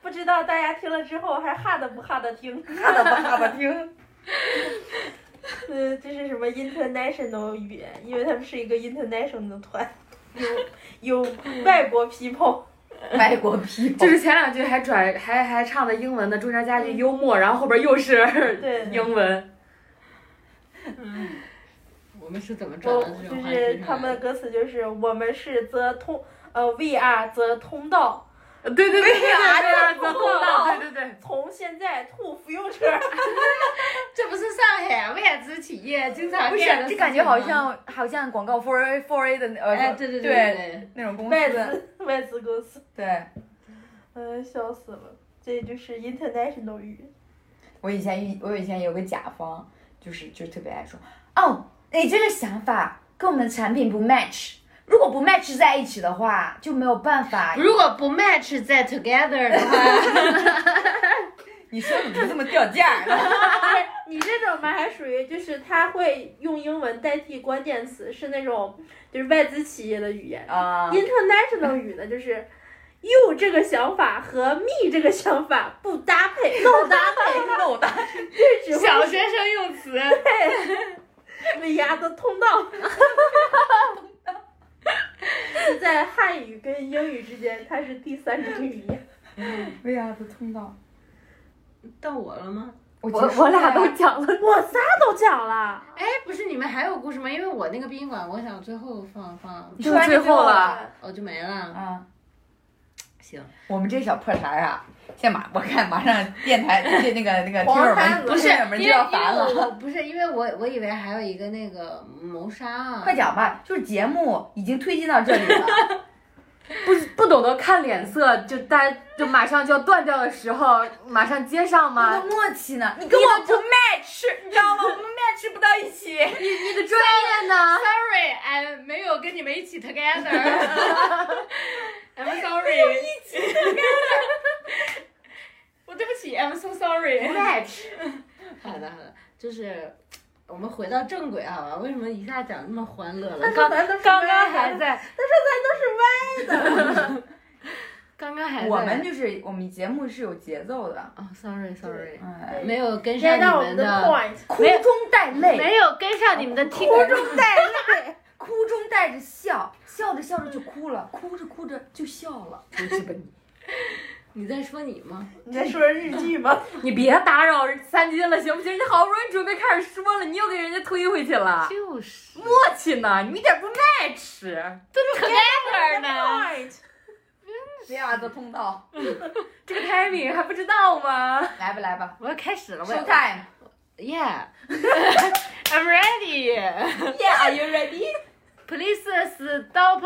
C: 不知道大家听了之后还哈的不哈的听，哈的不哈的听。嗯，这是什么 international 语言？因为他们是一个 international 的团， 有有外国 people，
B: 外国 people，
D: 就是前两句还转还还唱的英文呢，中间加
E: 嗯
D: 句幽默，然后后边又是
C: 对，
D: 英文。
E: 我们是怎
B: 哦
E: 么转
C: 我
E: 到这种
C: 哦
E: 话题上
C: 就
E: 来
C: 是
E: 的？
C: 他们的歌词就是我们是则通呃 we are 则通道，
D: 呃对对对对
E: 哎啊
D: 对对
C: 道
D: 对对对，
C: 从现在 to future，
E: 这不是上海啊外资企业经常
B: 不是
E: 干的，
B: 这
E: 事
B: 感觉
E: 情
B: 好
E: 吗
B: 像好像广告 four a four a 的那呃、
E: 哎，对对
B: 对
E: 对
B: 那种公
C: 外
B: 司，
C: 资外资公司，
B: 对
C: 嗯，笑死了，这就是 international 语言。
B: 我以前遇我以前有个甲方，就是就特别爱说，哦，你这个想法跟我们的产品不 match，如果不 match 在一起的话就没有办法
E: 对，。如果不 match 在 together 的 话，
B: 你说你就这么掉价儿的？
C: 你这种吧，还属于就是他会用英文代替关键词，是那种就是外资企业的语言。
B: 啊
C: international 语呢，就是 you 这个想法和 me 这个想法不搭配，漏搭配，
B: 漏的，
C: 这只
E: 小
C: 会
E: 学生用词，
C: 是牙的通道。就 在汉语跟英语之间，它是第三种语言。
D: 哎
B: 为啥不通道？
E: 到我了吗？
B: 我
D: 我我俩
B: 啊
D: 都讲了，
C: 我仨都讲了，
E: 哎，不是你们还有故事吗？因为我那个宾馆，我想最后放放，
D: 就最后了。
E: 我就没了。
B: 啊，
E: 行，
B: 我们这小破茬儿啊，现马我看马上电台这那个那个听友们
E: 不是
B: 听友们
E: 因
B: 就
E: 为
B: 要烦了
E: 因。为我不是因为我我以为还有一个那个谋杀啊
B: 快，讲吧，就是节目已经推进到这里 了，
D: 不不懂得看脸色，就大家就马上就要断掉的时候，马上接上
B: 我
D: 吗
B: 的？默契呢？你跟我不 match，你知道吗？我们 match 不到一起。
D: 你的专业呢？
E: Sorry，俺没有跟你们一起 together。I'm sorry，一起 together。我对不起，I'm so sorry。
D: match，
E: 好的好的，就是我们回到正轨好吧？为什么一下讲那么欢乐了？
C: 但是
E: 刚
C: 咱都是
E: 刚刚
C: 歪的
E: 还在，
C: 但是咱都是歪的。
E: 刚刚 还在。
B: 我们就是我们节目是有节奏的，
E: 哦，sorry sorry，
B: 哎，
E: 没有跟
C: 应该
E: 上
C: 让
E: 你
C: 我
E: 们
C: 们的
E: 的，
C: point
B: 哭中带泪，
E: 没有跟上你们的听
B: 哭
E: 众。
B: 中带泪， 哭中带着笑，笑着笑着就哭了，哭着哭着就笑了。
E: 你在说你吗？
C: 你在说日剧吗？
D: 你别打扰三金了，行不行？你好不容易准备开始说了，你又给人家推回去了，
E: 就是
D: 默契呢？你一点不 match，
E: together 呢。
B: 第二个通道，
D: 这个 timing 还不知道吗？
B: 来吧来吧
E: 我要开始了，我
B: ，show
E: 要
B: time。
E: Yeah，I'm ready。
B: Yeah，are you ready？
E: Please stop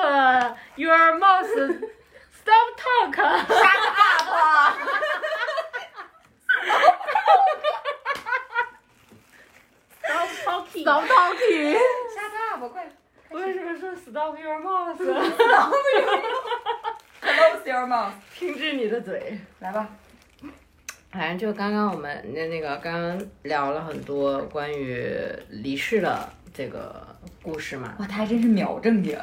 E: your mouth. Stop talk.
C: 然后 talking，
D: 早到底。
B: 下大吧，快
E: 为什么说 stop your mouth？
B: close your mouth。
E: 停止你的嘴。
B: 来吧，
E: 反正就刚刚我们那那个刚刚聊了很多关于离世的这个故事嘛，
B: 哇，他还真是秒正经。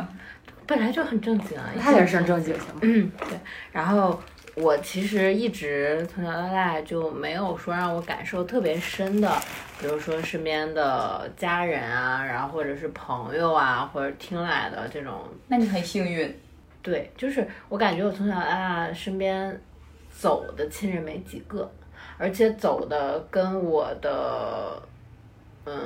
E: 本来就很正经啊，
D: 他也是正经，行吗？
E: 嗯，对。然后我其实一直从小到大就没有说让我感受特别深的，比如说身边的家人啊，然后或者是朋友啊，或者听来的这种。
B: 那你很幸运，
E: 对，就是我感觉我从小到大身边走的亲人没几个，而且走的跟我的嗯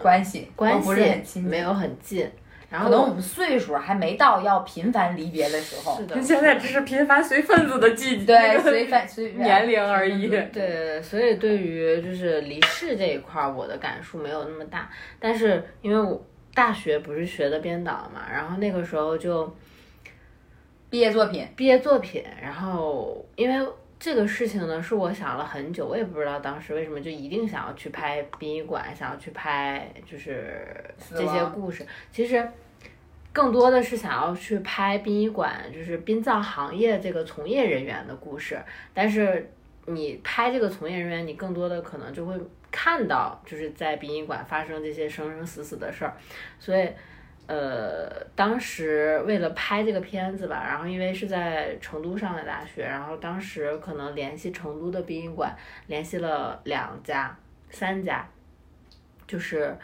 B: 关系
E: 关
B: 都哦不是
E: 系
B: 很亲近
E: 没有很近。然后
B: 可能我们岁数还没到要频繁离别的时候。
E: 是的，
D: 现在只是频繁随份子的季节，
B: 对，随反随
D: 年龄而已。
E: 对对对，所以对于就是离世这一块儿，我的感触没有那么大。但是因为我大学不是学的编导嘛，然后那个时候就
B: 毕业作品，
E: 毕业作品，然后因为这个事情呢，是我想了很久，我也不知道当时为什么就一定想要去拍殡仪馆，想要去拍就是这些
B: 亡
E: 故事。其实更多的是想要去拍殡仪馆，就是殡葬行业这个从业人员的故事。但是你拍这个从业人员，你更多的可能就会看到，就是在殡仪馆发生这些生生死死的事儿。所以，呃，当时为了拍这个片子吧，然后因为是在成都上的大学，然后当时可能联系成都的殡仪馆，联系了两家、三家，就是。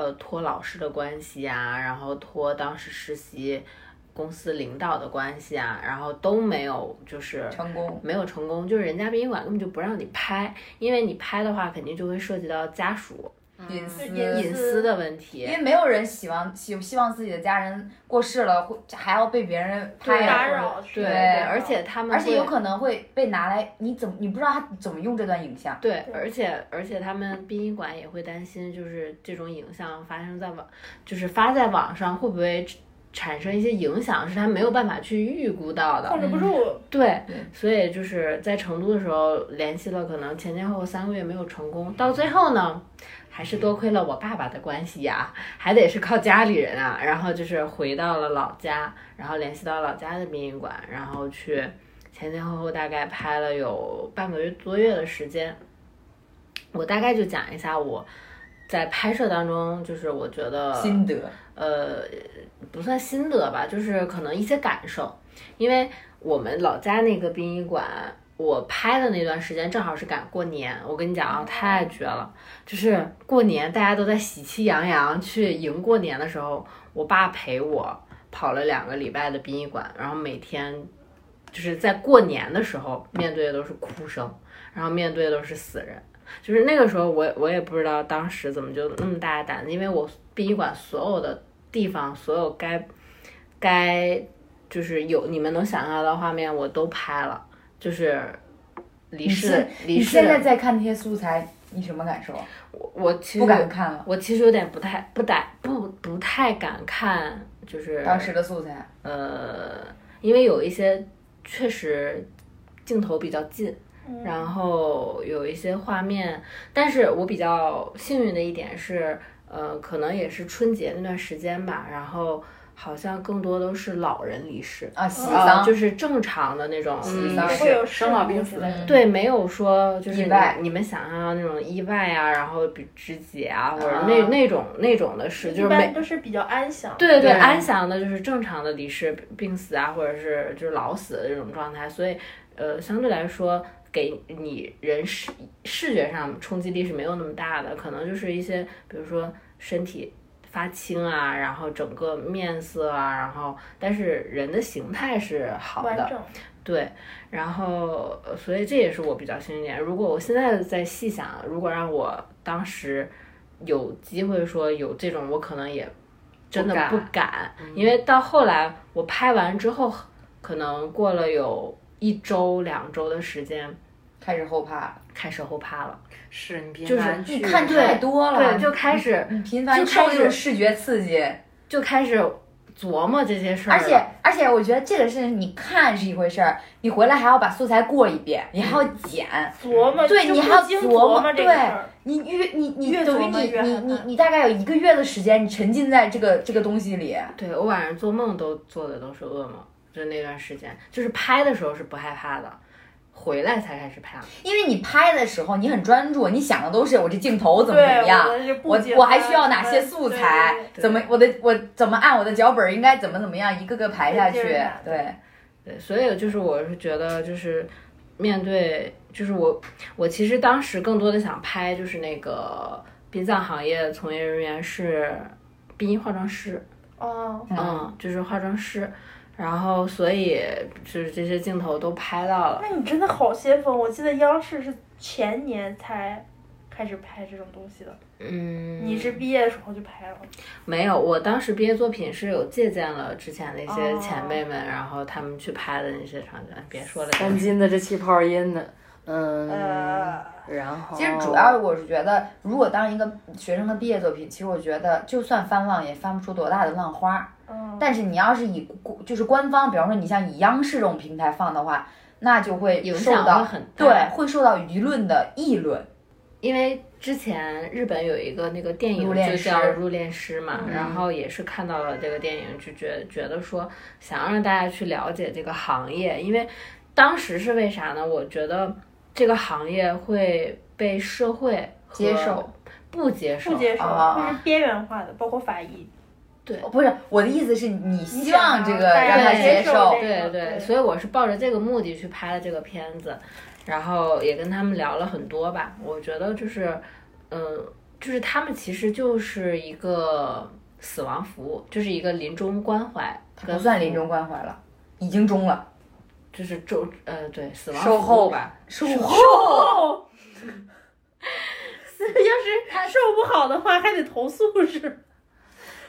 E: 呃，托老师的关系啊，然后托当时实习公司领导的关系啊，然后都没有就是
B: 成功
E: 没有成功，就是人家殡仪馆根本就不让你拍，因为你拍的话肯定就会涉及到家属
B: 隐私，
E: 隐私的问题
B: 嗯因。为没有人希望希希望自己的家人过世了，会还要被别人拍啊
C: 打
B: 或者
C: 扰
E: 对，
C: 对
E: 而且他们
B: 而且有
E: 会
B: 可能会被拿来，你怎么你不知道他怎么用这段影像，
E: 对，而且而且他们殡仪馆也会担心，就是这种影像发生在网，就是发在网上会不会产生一些影响，是他没有办法去预估到的。
C: 控制不住，
E: 对，所以就是在成都的时候联系了，可能前前后后三个月没有成功，到最后呢，还是多亏了我爸爸的关系呀、还得是靠家里人啊，然后就是回到了老家，然后联系到老家的殡仪馆，然后去前前后后大概拍了有半个月多月的时间，我大概就讲一下我。在拍摄当中，就是我觉得
B: 心得。
E: 呃，不算心得吧，就是可能一些感受，因为我们老家那个殡仪馆，我拍的那段时间正好是赶过年，我跟你讲啊，太绝了，就是过年大家都在喜气洋洋去迎过年的时候，我爸陪我跑了两个礼拜的殡仪馆，然后每天就是在过年的时候面对的都是哭声，然后面对的都是死人。就是那个时候我，我也不知道当时怎么就那么大的胆子，因为我殡仪馆所有的地方，所有该该就是有你们能想象到的画面，我都拍了，就是离世离
B: 你
E: 世
B: 现在
E: 的，
B: 在看这些素材，你什么感受？
E: 我我其实
B: 不敢看了，
E: 我其实有点不太不敢不不太敢看，就是
B: 当时的素材。
E: 呃，因为有一些确实镜头比较近，
C: 嗯
E: 然后有一些画面，但是我比较幸运的一点是，呃，可能也是春节那段时间吧，然后好像更多都是老人离世，
B: 啊，喜
E: 啊、
B: 丧、
E: 就是正常的那种
D: 嗯
E: 离
B: 丧
C: 不
E: 世
C: 会有
D: 生老病
C: 事
D: 死
C: 故之类的。
E: 对，没有说就是
B: 意
E: 你
B: 外
E: 你们想象的那种意外啊，然后比肢解啊，或者
B: 啊
E: 那那种那种的事，
D: 嗯
E: 就
C: 一
E: 是没
C: 般都是比较安详。
E: 对对
B: 对
E: 安详的就是正常的离世、病死啊，或者是就是老死的这种状态，所以呃，相对来说给你人视视觉上冲击力是没有那么大的，可能就是一些比如说身体发青啊，然后整个面色啊，然后但是人的形态是好
C: 完
E: 的，
C: 整，
E: 对，然后呃所以这也是我比较幸运一点。如果我现在再细想，如果让我当时有机会说有这种，我可能也真的不
D: 不
E: 敢，因为到后来我拍完之后，可能过了有一周两周的时间，
B: 开始后怕了，
E: 开始后怕了，
D: 是你别
E: 就是
D: 难去
B: 看太多了，
E: 对，就开始
C: 嗯
B: 你频繁
E: 就
B: 受
E: 开
B: 这
E: 始
B: 种视觉刺激，
E: 就开始琢磨这些事儿
B: 而
E: 了，
B: 且
C: 嗯
B: 而且，我觉得这个事情你看是一回事儿，你回来还要把素材过一遍，你还要
C: 嗯
B: 剪，
C: 琢磨，
B: 对
C: 就
B: 你
C: 不
B: 还要
C: 经
B: 琢
C: 琢
B: 磨
C: 磨这个
B: 对
C: 事儿，
B: 你越你你
C: 越
B: 等于
C: 琢磨
B: 你
C: 越啊
B: 你
C: 害怕
B: 你你大概有一个月的时间，你沉浸在这个这个东西里，
E: 对我晚上做梦都做的都是噩梦，就那段时间，就是拍的时候是不害怕的，回来才开始拍。
B: 因为你拍的时候你很专注，你想的都是我这镜头怎么怎么
C: 对，
B: 样，
C: 我的这布
B: 我
C: 景
B: 我
C: 啊
B: 还需要哪
C: 什么
B: 些素
C: 对
B: 材
C: 对对，
B: 怎么我的我怎么按我的脚本应该怎么怎么样，一个个排下去
C: 对对，
B: 对，
E: 对，所以就是我是觉得就是面对就是我我其实当时更多的想拍就是那个殡葬行业从业人员是殡仪化妆师，
C: 哦，
E: 嗯，就是化妆师。然后，所以就是这些镜头都拍到了，
C: 那你真的好先锋！我记得央视是前年才开始拍这种东西的，
E: 嗯，
C: 你是毕业的时候就拍了吗？
E: 没有，我当时毕业作品是有借鉴了之前的一些
C: 哦
E: 前辈们，然后他们去拍的那些场景。别说了，
D: 三金的这气泡音呢，嗯，
C: 呃，
D: 然后
B: 其实主要我是觉得，如果当一个学生的毕业作品，其实我觉得就算翻浪也翻不出多大的浪花。
C: 嗯，
B: 但是你要是以就是官方，比方说你像以央视这种平台放的话，那就会
E: 影
B: 受
E: 响
B: 到
E: 会很大。
B: 对，会受到舆论的议论。
E: 因为之前日本有一个那个电影
B: 入殓
E: 就
B: 师
E: 叫《入殓师》嘛，
C: 嗯
E: 然后也是看到了这个电影，就觉觉得说想让大家去了解这个行业，因为当时是为啥呢？我觉得这个行业会被社会和
B: 接受
E: 不接受，
C: 不接受，
D: 哦
B: 啊
C: 会是边缘化的，包括法 医。
B: 哦不是我的意思是你希望这个
C: 大家
B: 让他
E: 对
B: 接
C: 接
B: 受
C: 受，
E: 对
C: 对对
E: 所以我是抱着这个目的去拍的这个片子，然后也跟他们聊了很多吧。我觉得就是，嗯、就是他们其实就是一个死亡服务，就是一个临终关怀，
B: 不算临，终关怀了，已经终了。
E: 就是周呃对死亡服
D: 售
E: 务
D: 后
E: 吧。
B: 售后
C: 哦，要是他受不好的话，还得投诉是吗？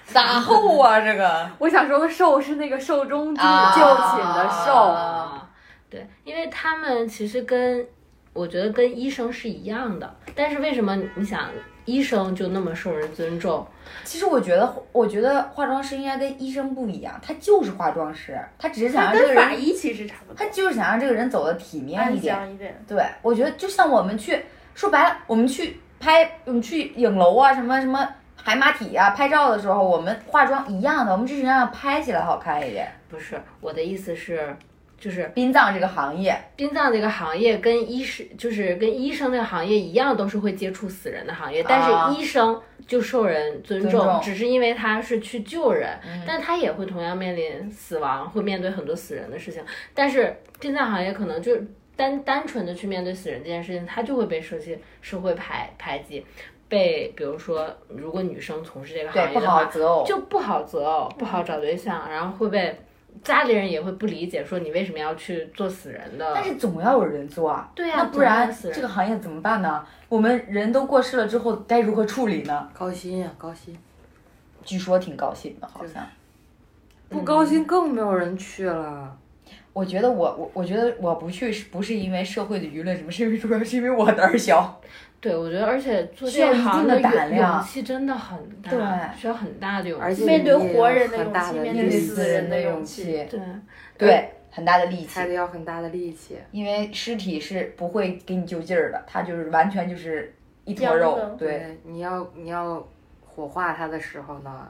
B: 咋后啊？这个
D: 我想说的寿是那个寿终之
B: 啊
D: 就寝的寿，
E: 啊，对，因为他们其实跟我觉得跟医生是一样的，但是为什么你想医生就那么受人尊重？
B: 其实我觉得，我觉得化妆师应该跟医生不一样，他就是化妆师，他只是想
D: 啊
C: 他
B: 让这个
C: 跟法
B: 人，
C: 医其实差不多
B: 他，就是想让这个人走的体面
C: 安
B: 一点。
C: 详一点。
B: 对，我觉得就像我们去，说白了，我们去拍，我们去影楼啊，什么什么海马体啊，拍照的时候，我们化妆一样的，我们只是让拍起来好看一点。
E: 不是我的意思是，就是
B: 殡葬这个行业，
E: 殡葬这个行业跟医师就是跟医生这个行业一样，都是会接触死人的行业，但
B: 啊
E: 是医生就受人尊重，
B: 尊重嗯
E: 只是因为他是去救人，但他也会同样面临死亡，会面对很多死人的事情。但是殡葬行业可能就单单纯的去面对死人这件事情，他就会被社会社会排排挤，被比如说如果女生从事这个
B: 对
E: 行
B: 不
E: 业的话
B: 好，择偶，
E: 就不好择偶，不好找对象，然后会被。家里人也会不理解，说你为什么要去做死人的？
B: 但是总要有人做啊。
E: 对呀
B: 那不然
E: 总要死人
B: 这个行业怎么办呢？我们人都过世了之后该如何处理呢？
D: 高薪呀，高薪，
B: 据说挺高兴的，好像。
D: 不高薪更没有人去了。
B: 我觉得我我我觉得我不去是不是因为社会的舆论什么，是因为主要是因为我胆儿小。
E: 对，我觉得，而且做
B: 需要
E: 这
B: 一
E: 行
B: 定的
E: 勇
B: 胆量
E: 勇气真的很大，
B: 对
E: 需要很大的勇气。
D: 而且
C: 面对活人的
D: 很
C: 勇
D: 大
C: 气
D: 的
C: 面
D: 力
C: 对
D: 气
C: 死人的勇
B: 气，
E: 对，
B: 对，很大的力气
D: 还。得要很大的力气。
B: 因为尸体是不会给你就劲儿的，它就是完全就是一坨
C: 僵
B: 肉
C: 的，
B: 对，，
D: 你要你要火化它的时候呢，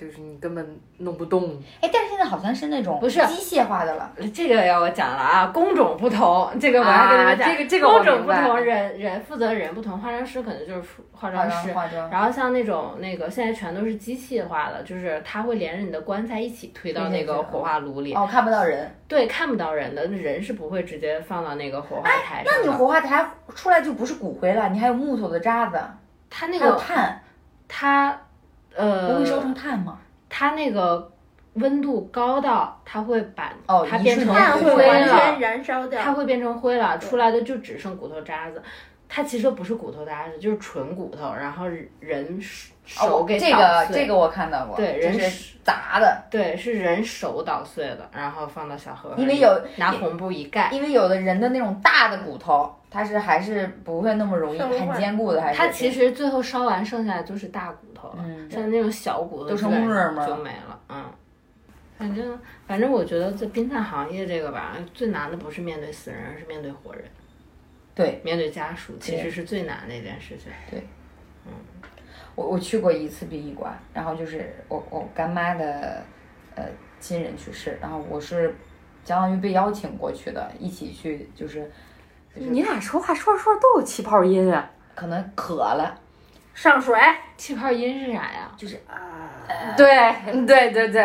D: 就是你根本弄不动。
B: 哎，但是现在好像是那种
E: 不是啊
B: 机械化的了，
E: 这个要我讲了啊，工种不同，这个我要跟你们讲，
D: 啊这个这个我
E: 工种不
D: 明
E: 同，
D: 白
E: 人人负责人不同，化妆师可能啊就是化
B: 化
E: 妆
B: 妆
E: 师。
B: 化妆，
E: 然后像那种那个现在全都是机器化的，就是它会连着你的棺材一起推到
B: 推
E: 那
B: 进
E: 个
B: 去
E: 火化炉里，
B: 哦，看不到人，
E: 对，看不到人的，人是不会直接放到哎那个火化台上
B: 那你
E: 的。
B: 火化台出来就不是骨灰了，你还有木头的渣子，
E: 它那
B: 还有
E: 个
B: 炭，
E: 它呃，
B: 不会烧成炭吗？
E: 它那个温度高到它会把
B: 哦
E: 它
B: 一
E: 变成
B: 瞬
C: 碳
B: 间
C: 会
B: 就
E: 灰
C: 完
E: 了
C: 全，燃烧掉，
E: 它会变成灰了，出来的就只剩骨头渣子。它其实都不是骨头渣子，就是纯骨头，然后人手手
B: 哦，
E: 给
B: 这
E: 捣
B: 个
E: 碎
B: 这个我看到过，
E: 对
B: 就
E: 人
B: 是砸的，
E: 对是人手捣碎的，然后放到小盒里，
B: 因为有
E: 拿红布一盖。
B: 因为有的人的那种大的骨头，它是还是不会那么容易
C: 生化
B: 很坚固的，还是
E: 它其实最后烧完剩下的就是大骨头了，
B: 嗯
E: 像那种小骨头
B: 都
E: 基
B: 成
E: 本
B: 沫儿
E: 上
B: 吗
E: 就没了，嗯。反正反正我觉得这殡葬行业这个吧，最难的不是面对死人，而是面对活人。
B: 对，
E: 面对家属其
B: 对
E: 实是最难的一件事情。
B: 我我去过一次殡仪馆，然后就是我我干妈的呃亲人去世，然后我是相当于被邀请过去的，一起去就是
D: 你俩说话说着说着都有气泡音啊？
B: 可能渴了，
C: 上水，
E: 气泡音是啥呀？
C: 啊
D: 对对对对，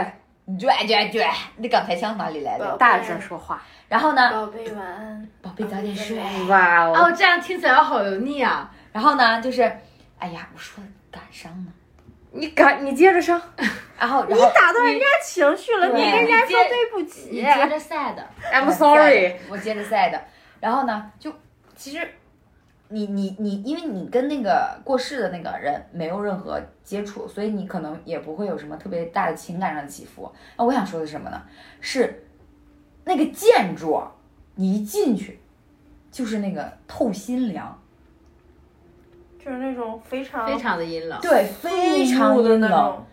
B: 撅撅撅，那港台腔哪里来的？
D: 大声说话。
B: 然后呢，
C: 宝贝晚安，
B: 宝贝早点睡。
D: 哇哦，
E: 哦，这样听起来好油腻啊！
B: 然后呢，就是，哎呀，我说感伤呢。
D: 你赶你接着上。
B: 然后，然后
C: 打断人家情绪了，你
E: 对
C: 跟人家
E: 你接
C: 说对不
E: 你
C: 起，
E: 接着 sad，
B: 嗯
D: I'm sorry。
B: 我接着 sad。然后呢，就其实你你你，因为你跟那个过世的那个人没有任何接触，所以你可能也不会有什么特别大的情感上的起伏。那我想说的是什么呢？是那个建筑，你一进去就是那个透心凉，
C: 就是那种非常
E: 非常的阴冷。
B: 对，非常
C: 酷的
B: 阴
C: 那
B: 冷。
C: 种，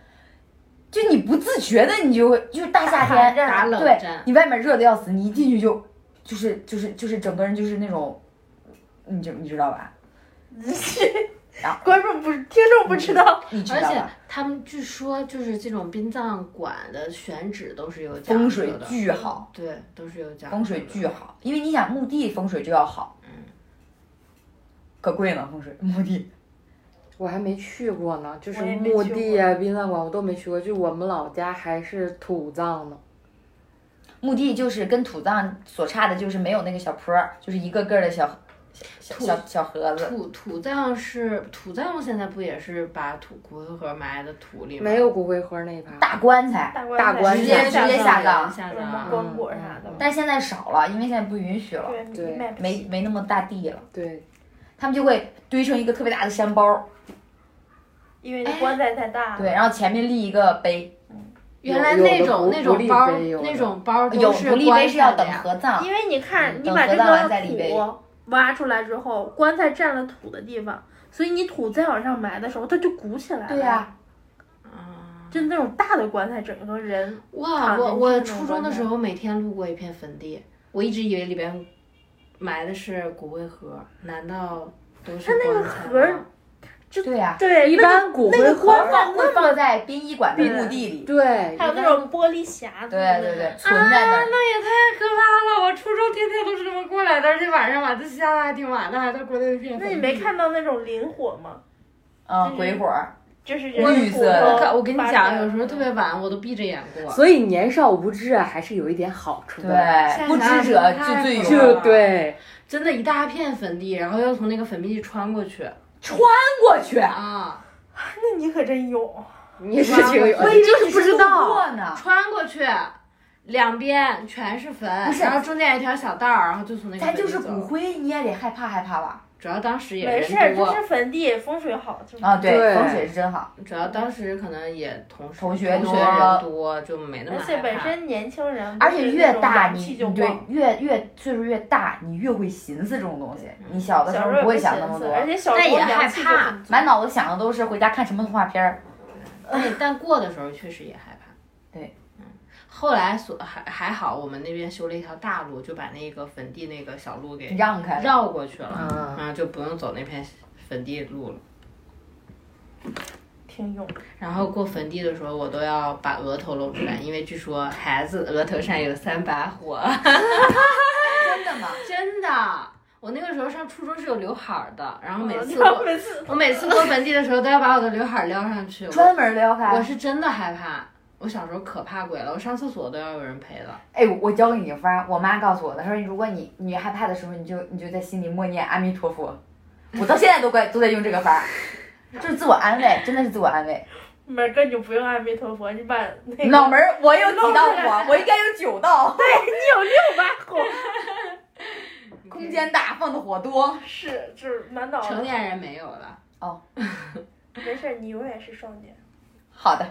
B: 就你不自觉的，你就会就是大夏天，
E: 打冷
B: 对
E: 战
B: 你外面热的要死，你一进去就就是就是就是整个人就是那种，你就你知道吧？
C: 观众不是听众不知道，
B: 你知
E: 而
B: 道
E: 且
B: 吧？
E: 他们据说就是这种殡葬馆的选址都是有讲究的
B: 风水巨好，
E: 对，都是有讲究的
B: 风水巨好，因为你想墓地风水就要好，嗯，可贵了风水 墓地。
D: 我还没去过呢，就是
C: 我也没
D: 墓
C: 去
D: 地啊、殡葬馆我都没去过，就我们老家还是土葬呢。
B: 墓地就是跟土葬所差的，就是没有那个小坡儿，就是一个个的小小
E: 土
B: 小小盒子。
E: 土土葬是土葬，现在不也是把土骨灰盒埋在土里吗？
D: 没有骨灰盒那一趴。
B: 嗯大棺材，
C: 大
D: 大
C: 棺
D: 棺
C: 材
D: 直
B: 接
C: 直
B: 直接
C: 接
B: 下
C: 下
B: 葬
E: 下
C: 什么
E: 葬。
C: 棺椁啥的
B: 但是现在少了，因为现在不允许了，
C: 对，
D: 对
C: 你卖不
B: 没
C: 起，
B: 没那么大地了，
D: 对，
B: 他们就会堆成一个特别大的山包儿，
C: 因为棺材太大，
B: 对，，然后前面立一个碑，
E: 原来
D: 有有的
E: 那种
D: 不
E: 那
D: 不
E: 种
D: 立
E: 包
D: 碑有的
E: 那种包
B: 有
E: 都
B: 不
E: 是
B: 立碑
E: 棺
B: 是要
E: 材的
B: 等
E: 呀。
B: 合葬，
C: 因为你看
B: 嗯
C: 你
B: 等
C: 把
B: 合
C: 这
B: 葬完再
C: 个
B: 立碑
C: 土挖出来之后，棺材占了土的地方，所以你土再往上埋的时候，它就鼓起来了，
B: 对啊呀、
C: 就那种大的棺材，整个人
E: 啊哇，
C: 躺
E: 我
C: 进
E: 我
C: 去那
E: 初中
C: 种棺
E: 的
C: 材
E: 时候每天路过一片坟地，我一直以为里边埋的是骨灰盒，难道都是
C: 它那个
E: 棺材
C: 盒儿
E: 吗
B: 对呀、
C: 对，
D: 一
C: 那个
D: 般骨
C: 那
D: 灰
C: 个
D: 盒
C: 棺
B: 会
C: 材
B: 放会放在殡仪馆的墓地里，
D: 对，
C: 还有那种玻璃匣子，
B: 对对
C: 啊
B: 对，，存在那儿。
E: 那也太可怕了！我初中天天都是这么过来的，而且晚上晚自习下的还挺晚的，还在国内那片
C: 那你没看到那种灵火吗？
B: 嗯，鬼火儿，
C: 就是
B: 绿
C: 人
B: 色
C: 骨
B: 的
E: 我靠！
B: 看
C: 头
E: 呃我跟你
C: 扒出
E: 讲，
C: 来
E: 有时候
C: 的
E: 特别晚，我都闭着眼过。
D: 所以年少无知啊，还是有一点好处的。
B: 对，不知者就最
E: 对
B: 勇
D: 就，对，
E: 真的，一大片坟地，然后要从那个坟地穿过去
B: 穿过去，
E: 啊，
C: 那你可真勇，
D: 你是挺有
B: 我以为就是不知道呢。
E: 穿过去，两边全是坟，
B: 不是
E: 然后中间有一条小道儿，然后就从那个
B: 咱
E: 坟地
B: 就是
E: 走。
B: 骨灰，你也得害怕害怕吧？
E: 主要当时也
C: 没事，
E: 人
C: 就
E: 多，
C: 是坟地风水好，就
B: 啊，对，
D: 对
B: 风水是真好。
E: 主要当时可能也同事
B: 同学
E: 同
B: 多
E: 学人多，就没那么
C: 而
E: 害怕。
C: 且本身年轻人，
B: 而且越大
C: 阳
B: 你
C: 气就
B: 你对
C: 旺。
B: 越越岁数越大，你越会寻思这种东西。你小的时
C: 小
B: 候
C: 时候
B: 不会想那
C: 也
B: 么
C: 不
B: 多
C: 寻思，而且小
B: 但
C: 时候
B: 也害
C: 阳气就
B: 怕
C: 很，足
B: 满脑子想的都是回家看什么动画片儿。
E: 但但过的时候确实也害怕。
B: 对，
E: 嗯，后来所还还好，我们那边修了一条大路，就把那个坟地那个小路给
B: 让开了
E: 绕过去了，
D: 嗯
E: 然后就不用走那片坟地路了。
C: 挺勇，
E: 然后过坟地的时候，我都要把额头露出来，因为据说孩子额头上有三把火。
B: 真的吗？
E: 真的，我那个时候上初中是有刘海儿的，然后每次
C: 然后
E: 我
C: 哦每次
E: 我每次过坟地的时候都要把我的刘海儿撩上去。我
B: 专门撩开。
E: 我是真的害怕，我小时候可怕鬼了，我上厕所都要有人陪的。
B: 哎，我教给你个方儿，我妈告诉我的，她说如果你你害怕的时候，你就你就在心里默念阿弥陀佛。我到现在都怪都在用这个法儿，就是自我安慰，真的是自我安慰。
C: 门儿哥你就不用阿弥陀佛，你把那个
B: 脑门儿我有几道火，我应该有九道。
C: 你有六把火，
B: 空间大，放的火多。
C: 是就是满脑
E: 成
C: 子
E: 年人没有了，
C: 没事，你永远是少年。
B: 好的，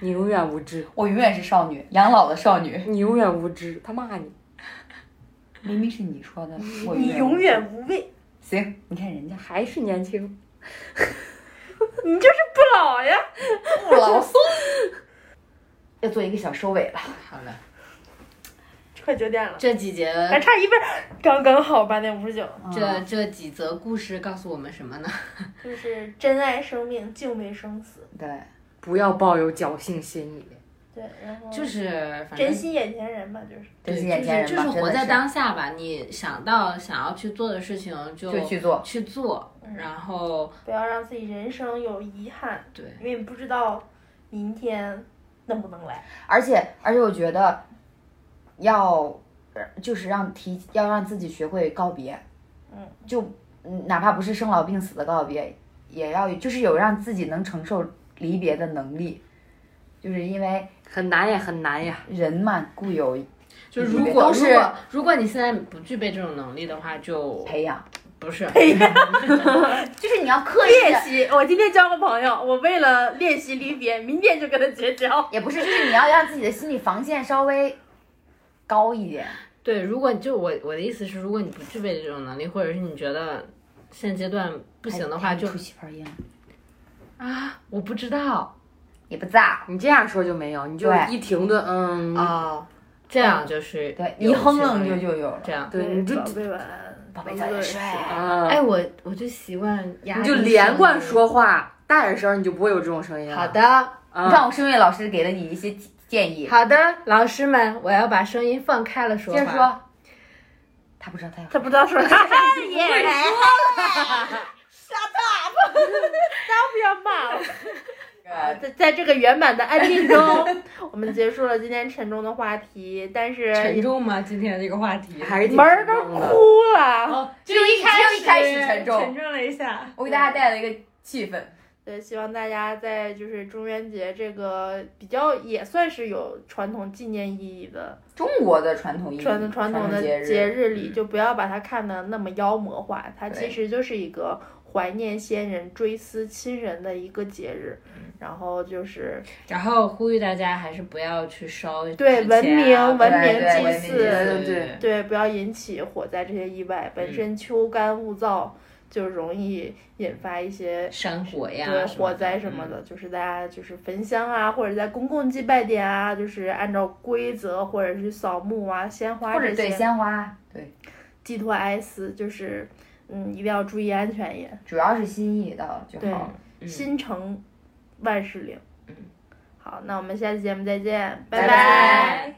D: 你永远无知，
B: 我永远是少女，养老的少女。
D: 你永远无知，他骂你。
B: 明明是你说的，我
C: 你永远无畏，
B: 行。你看人家
D: 还是年轻，
C: 你就是不老呀。
B: 不老松， 要做一个小收尾了。
E: 好了，
C: 快九点了，
E: 这几节
C: 还差一分，刚刚好八点五十九。
E: 这这几则故事告诉我们什么呢？
C: 就是珍爱生命，敬畏生死。
B: 对，
D: 不要抱有侥幸心理。
C: 对，然后
E: 就是反正
C: 珍惜眼前人吧，就是
B: 珍惜
E: 对
B: 眼前人
E: 就是
B: 吧，
E: 就是
B: 真
E: 活
B: 的
E: 在
B: 是
E: 当下吧。你想到想要去做的事情就
B: 就去做，
E: 去做，然后
C: 不要让自己人生有遗憾，
E: 对
C: 因为你不知道明天能不能来。
B: 而且而且我觉得要呃就是让提要让自己学会告别，
C: 嗯，
B: 就嗯哪怕不是生老病死的告别，也要就是有让自己能承受离别的能力，就是因为
D: 很难呀，很难呀。
B: 人嘛固有
E: 就是
B: 你
E: 如
B: 别
E: 果
B: 都
E: 如
B: 是
E: 果如果你现在不具备这种能力的话，就
B: 培养，
E: 不是
B: 就是你要刻意
C: 练
B: 地
C: 习，我今天交个朋友，我为了练习离别，明天就跟他绝交。
B: 也不是，就是你要让自己的心理防线稍微高一点。
E: 对。如果你就我我的意思是，如果你不具备这种能力，或者是你觉得现阶段不行的话，
B: 还还
E: 就
B: 出媳妇儿烟
E: 啊，我不知道
B: 也不咋。
D: 你这样说就没有，你就
B: 对
D: 一停顿，嗯，
C: 啊
E: 哦，这样就是
B: 对，
E: 有
B: 一哼楞
E: 区
B: 就
E: 别
B: 就有了哎
E: 这。样。
D: 对，你就
C: 宝贝晚安，
B: 宝贝早点睡。
D: 啊，
E: 哎，我我就习惯压
D: 你
E: 低
D: 就
E: 声
D: 连贯
E: 音。
D: 说话，带着声儿你就不会有这种声音了。
E: 好，的，
B: 你看我声乐老师给了你一些建议，
E: 好的，老师们，我要把声音放开了说
B: 接着
E: 话。
B: 说。他不知道他要
C: 他不知道说啥， 也
B: 会说
C: 不要骂我。呃，在在这个圆满的安定中，我们结束了今天沉重的话题，但是
E: 沉重吗？今天这个话题
D: 还是 挺
C: 门儿
D: 沉
C: 都
D: 重的。
C: 哭了。
B: 只有一开始开始沉重，
E: 重了一下。
B: 我给大家带来一个气氛。
C: 对，希望大家在就是中元节这个比较也算是有传统纪念意义的
B: 中国的传统意义，
C: 传传统的
B: 节
C: 节日里，就不要把它看得那么妖魔化，它
B: 对
C: 其实就是一个怀念先人、追思亲人的一个节日。然后就是
E: 然后呼吁大家还是不要去烧纸
C: 对
E: 钱啊
C: 文明文
B: 对对
C: 明
B: 文
C: 祭
B: 明
C: 祀，
B: 祭
D: 对对
E: 对
D: 对，
C: 对，不要引起火灾这些意外。本身秋干物燥，就容易引发一些
E: 山火呀，
C: 对
E: 什么
C: 火
E: 的嗯
C: 灾什么。的，就是大家就是焚香啊，或者在公共祭拜点啊，就是按照规则或者是扫墓啊、鲜花
B: 或者
C: 这
B: 对
C: 些，
B: 鲜花，对，
C: 寄托哀思，就是嗯，一定要注意安全也，
B: 主要是心意到了就好了。
C: 心诚万事灵。好，那我们下期节目再见，拜
B: 拜拜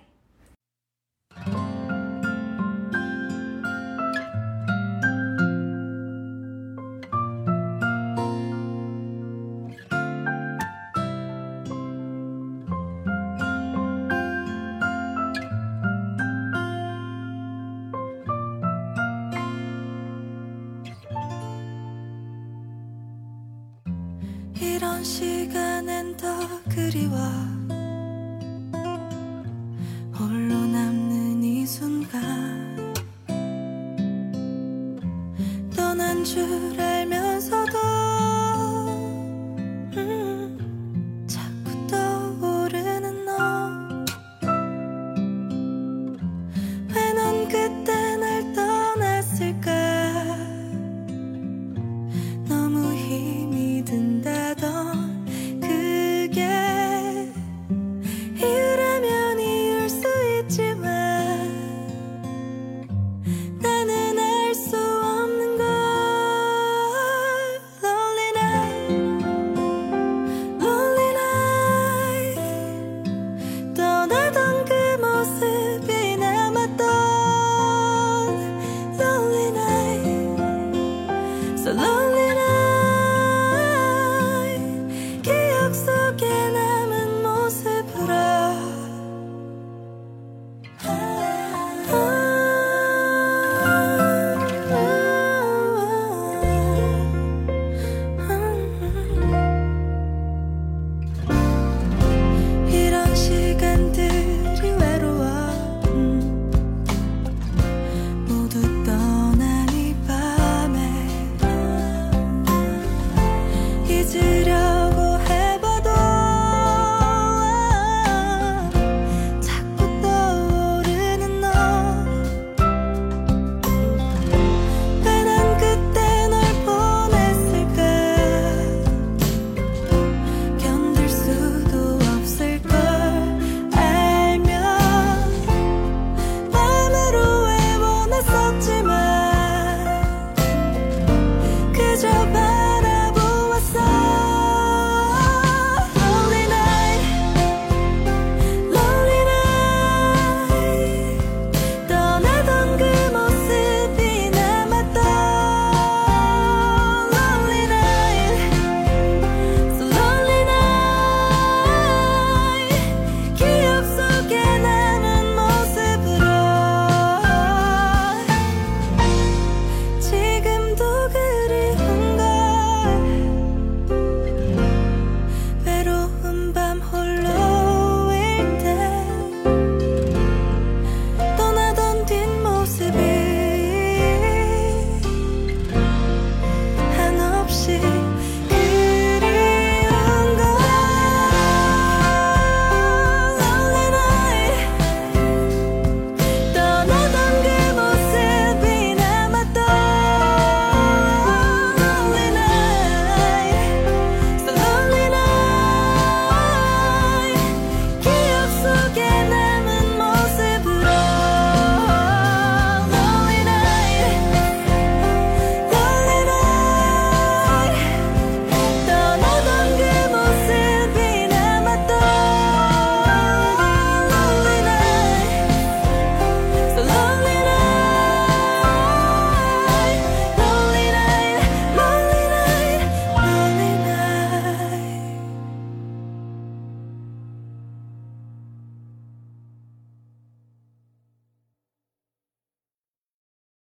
H: 난 줄 알면 음,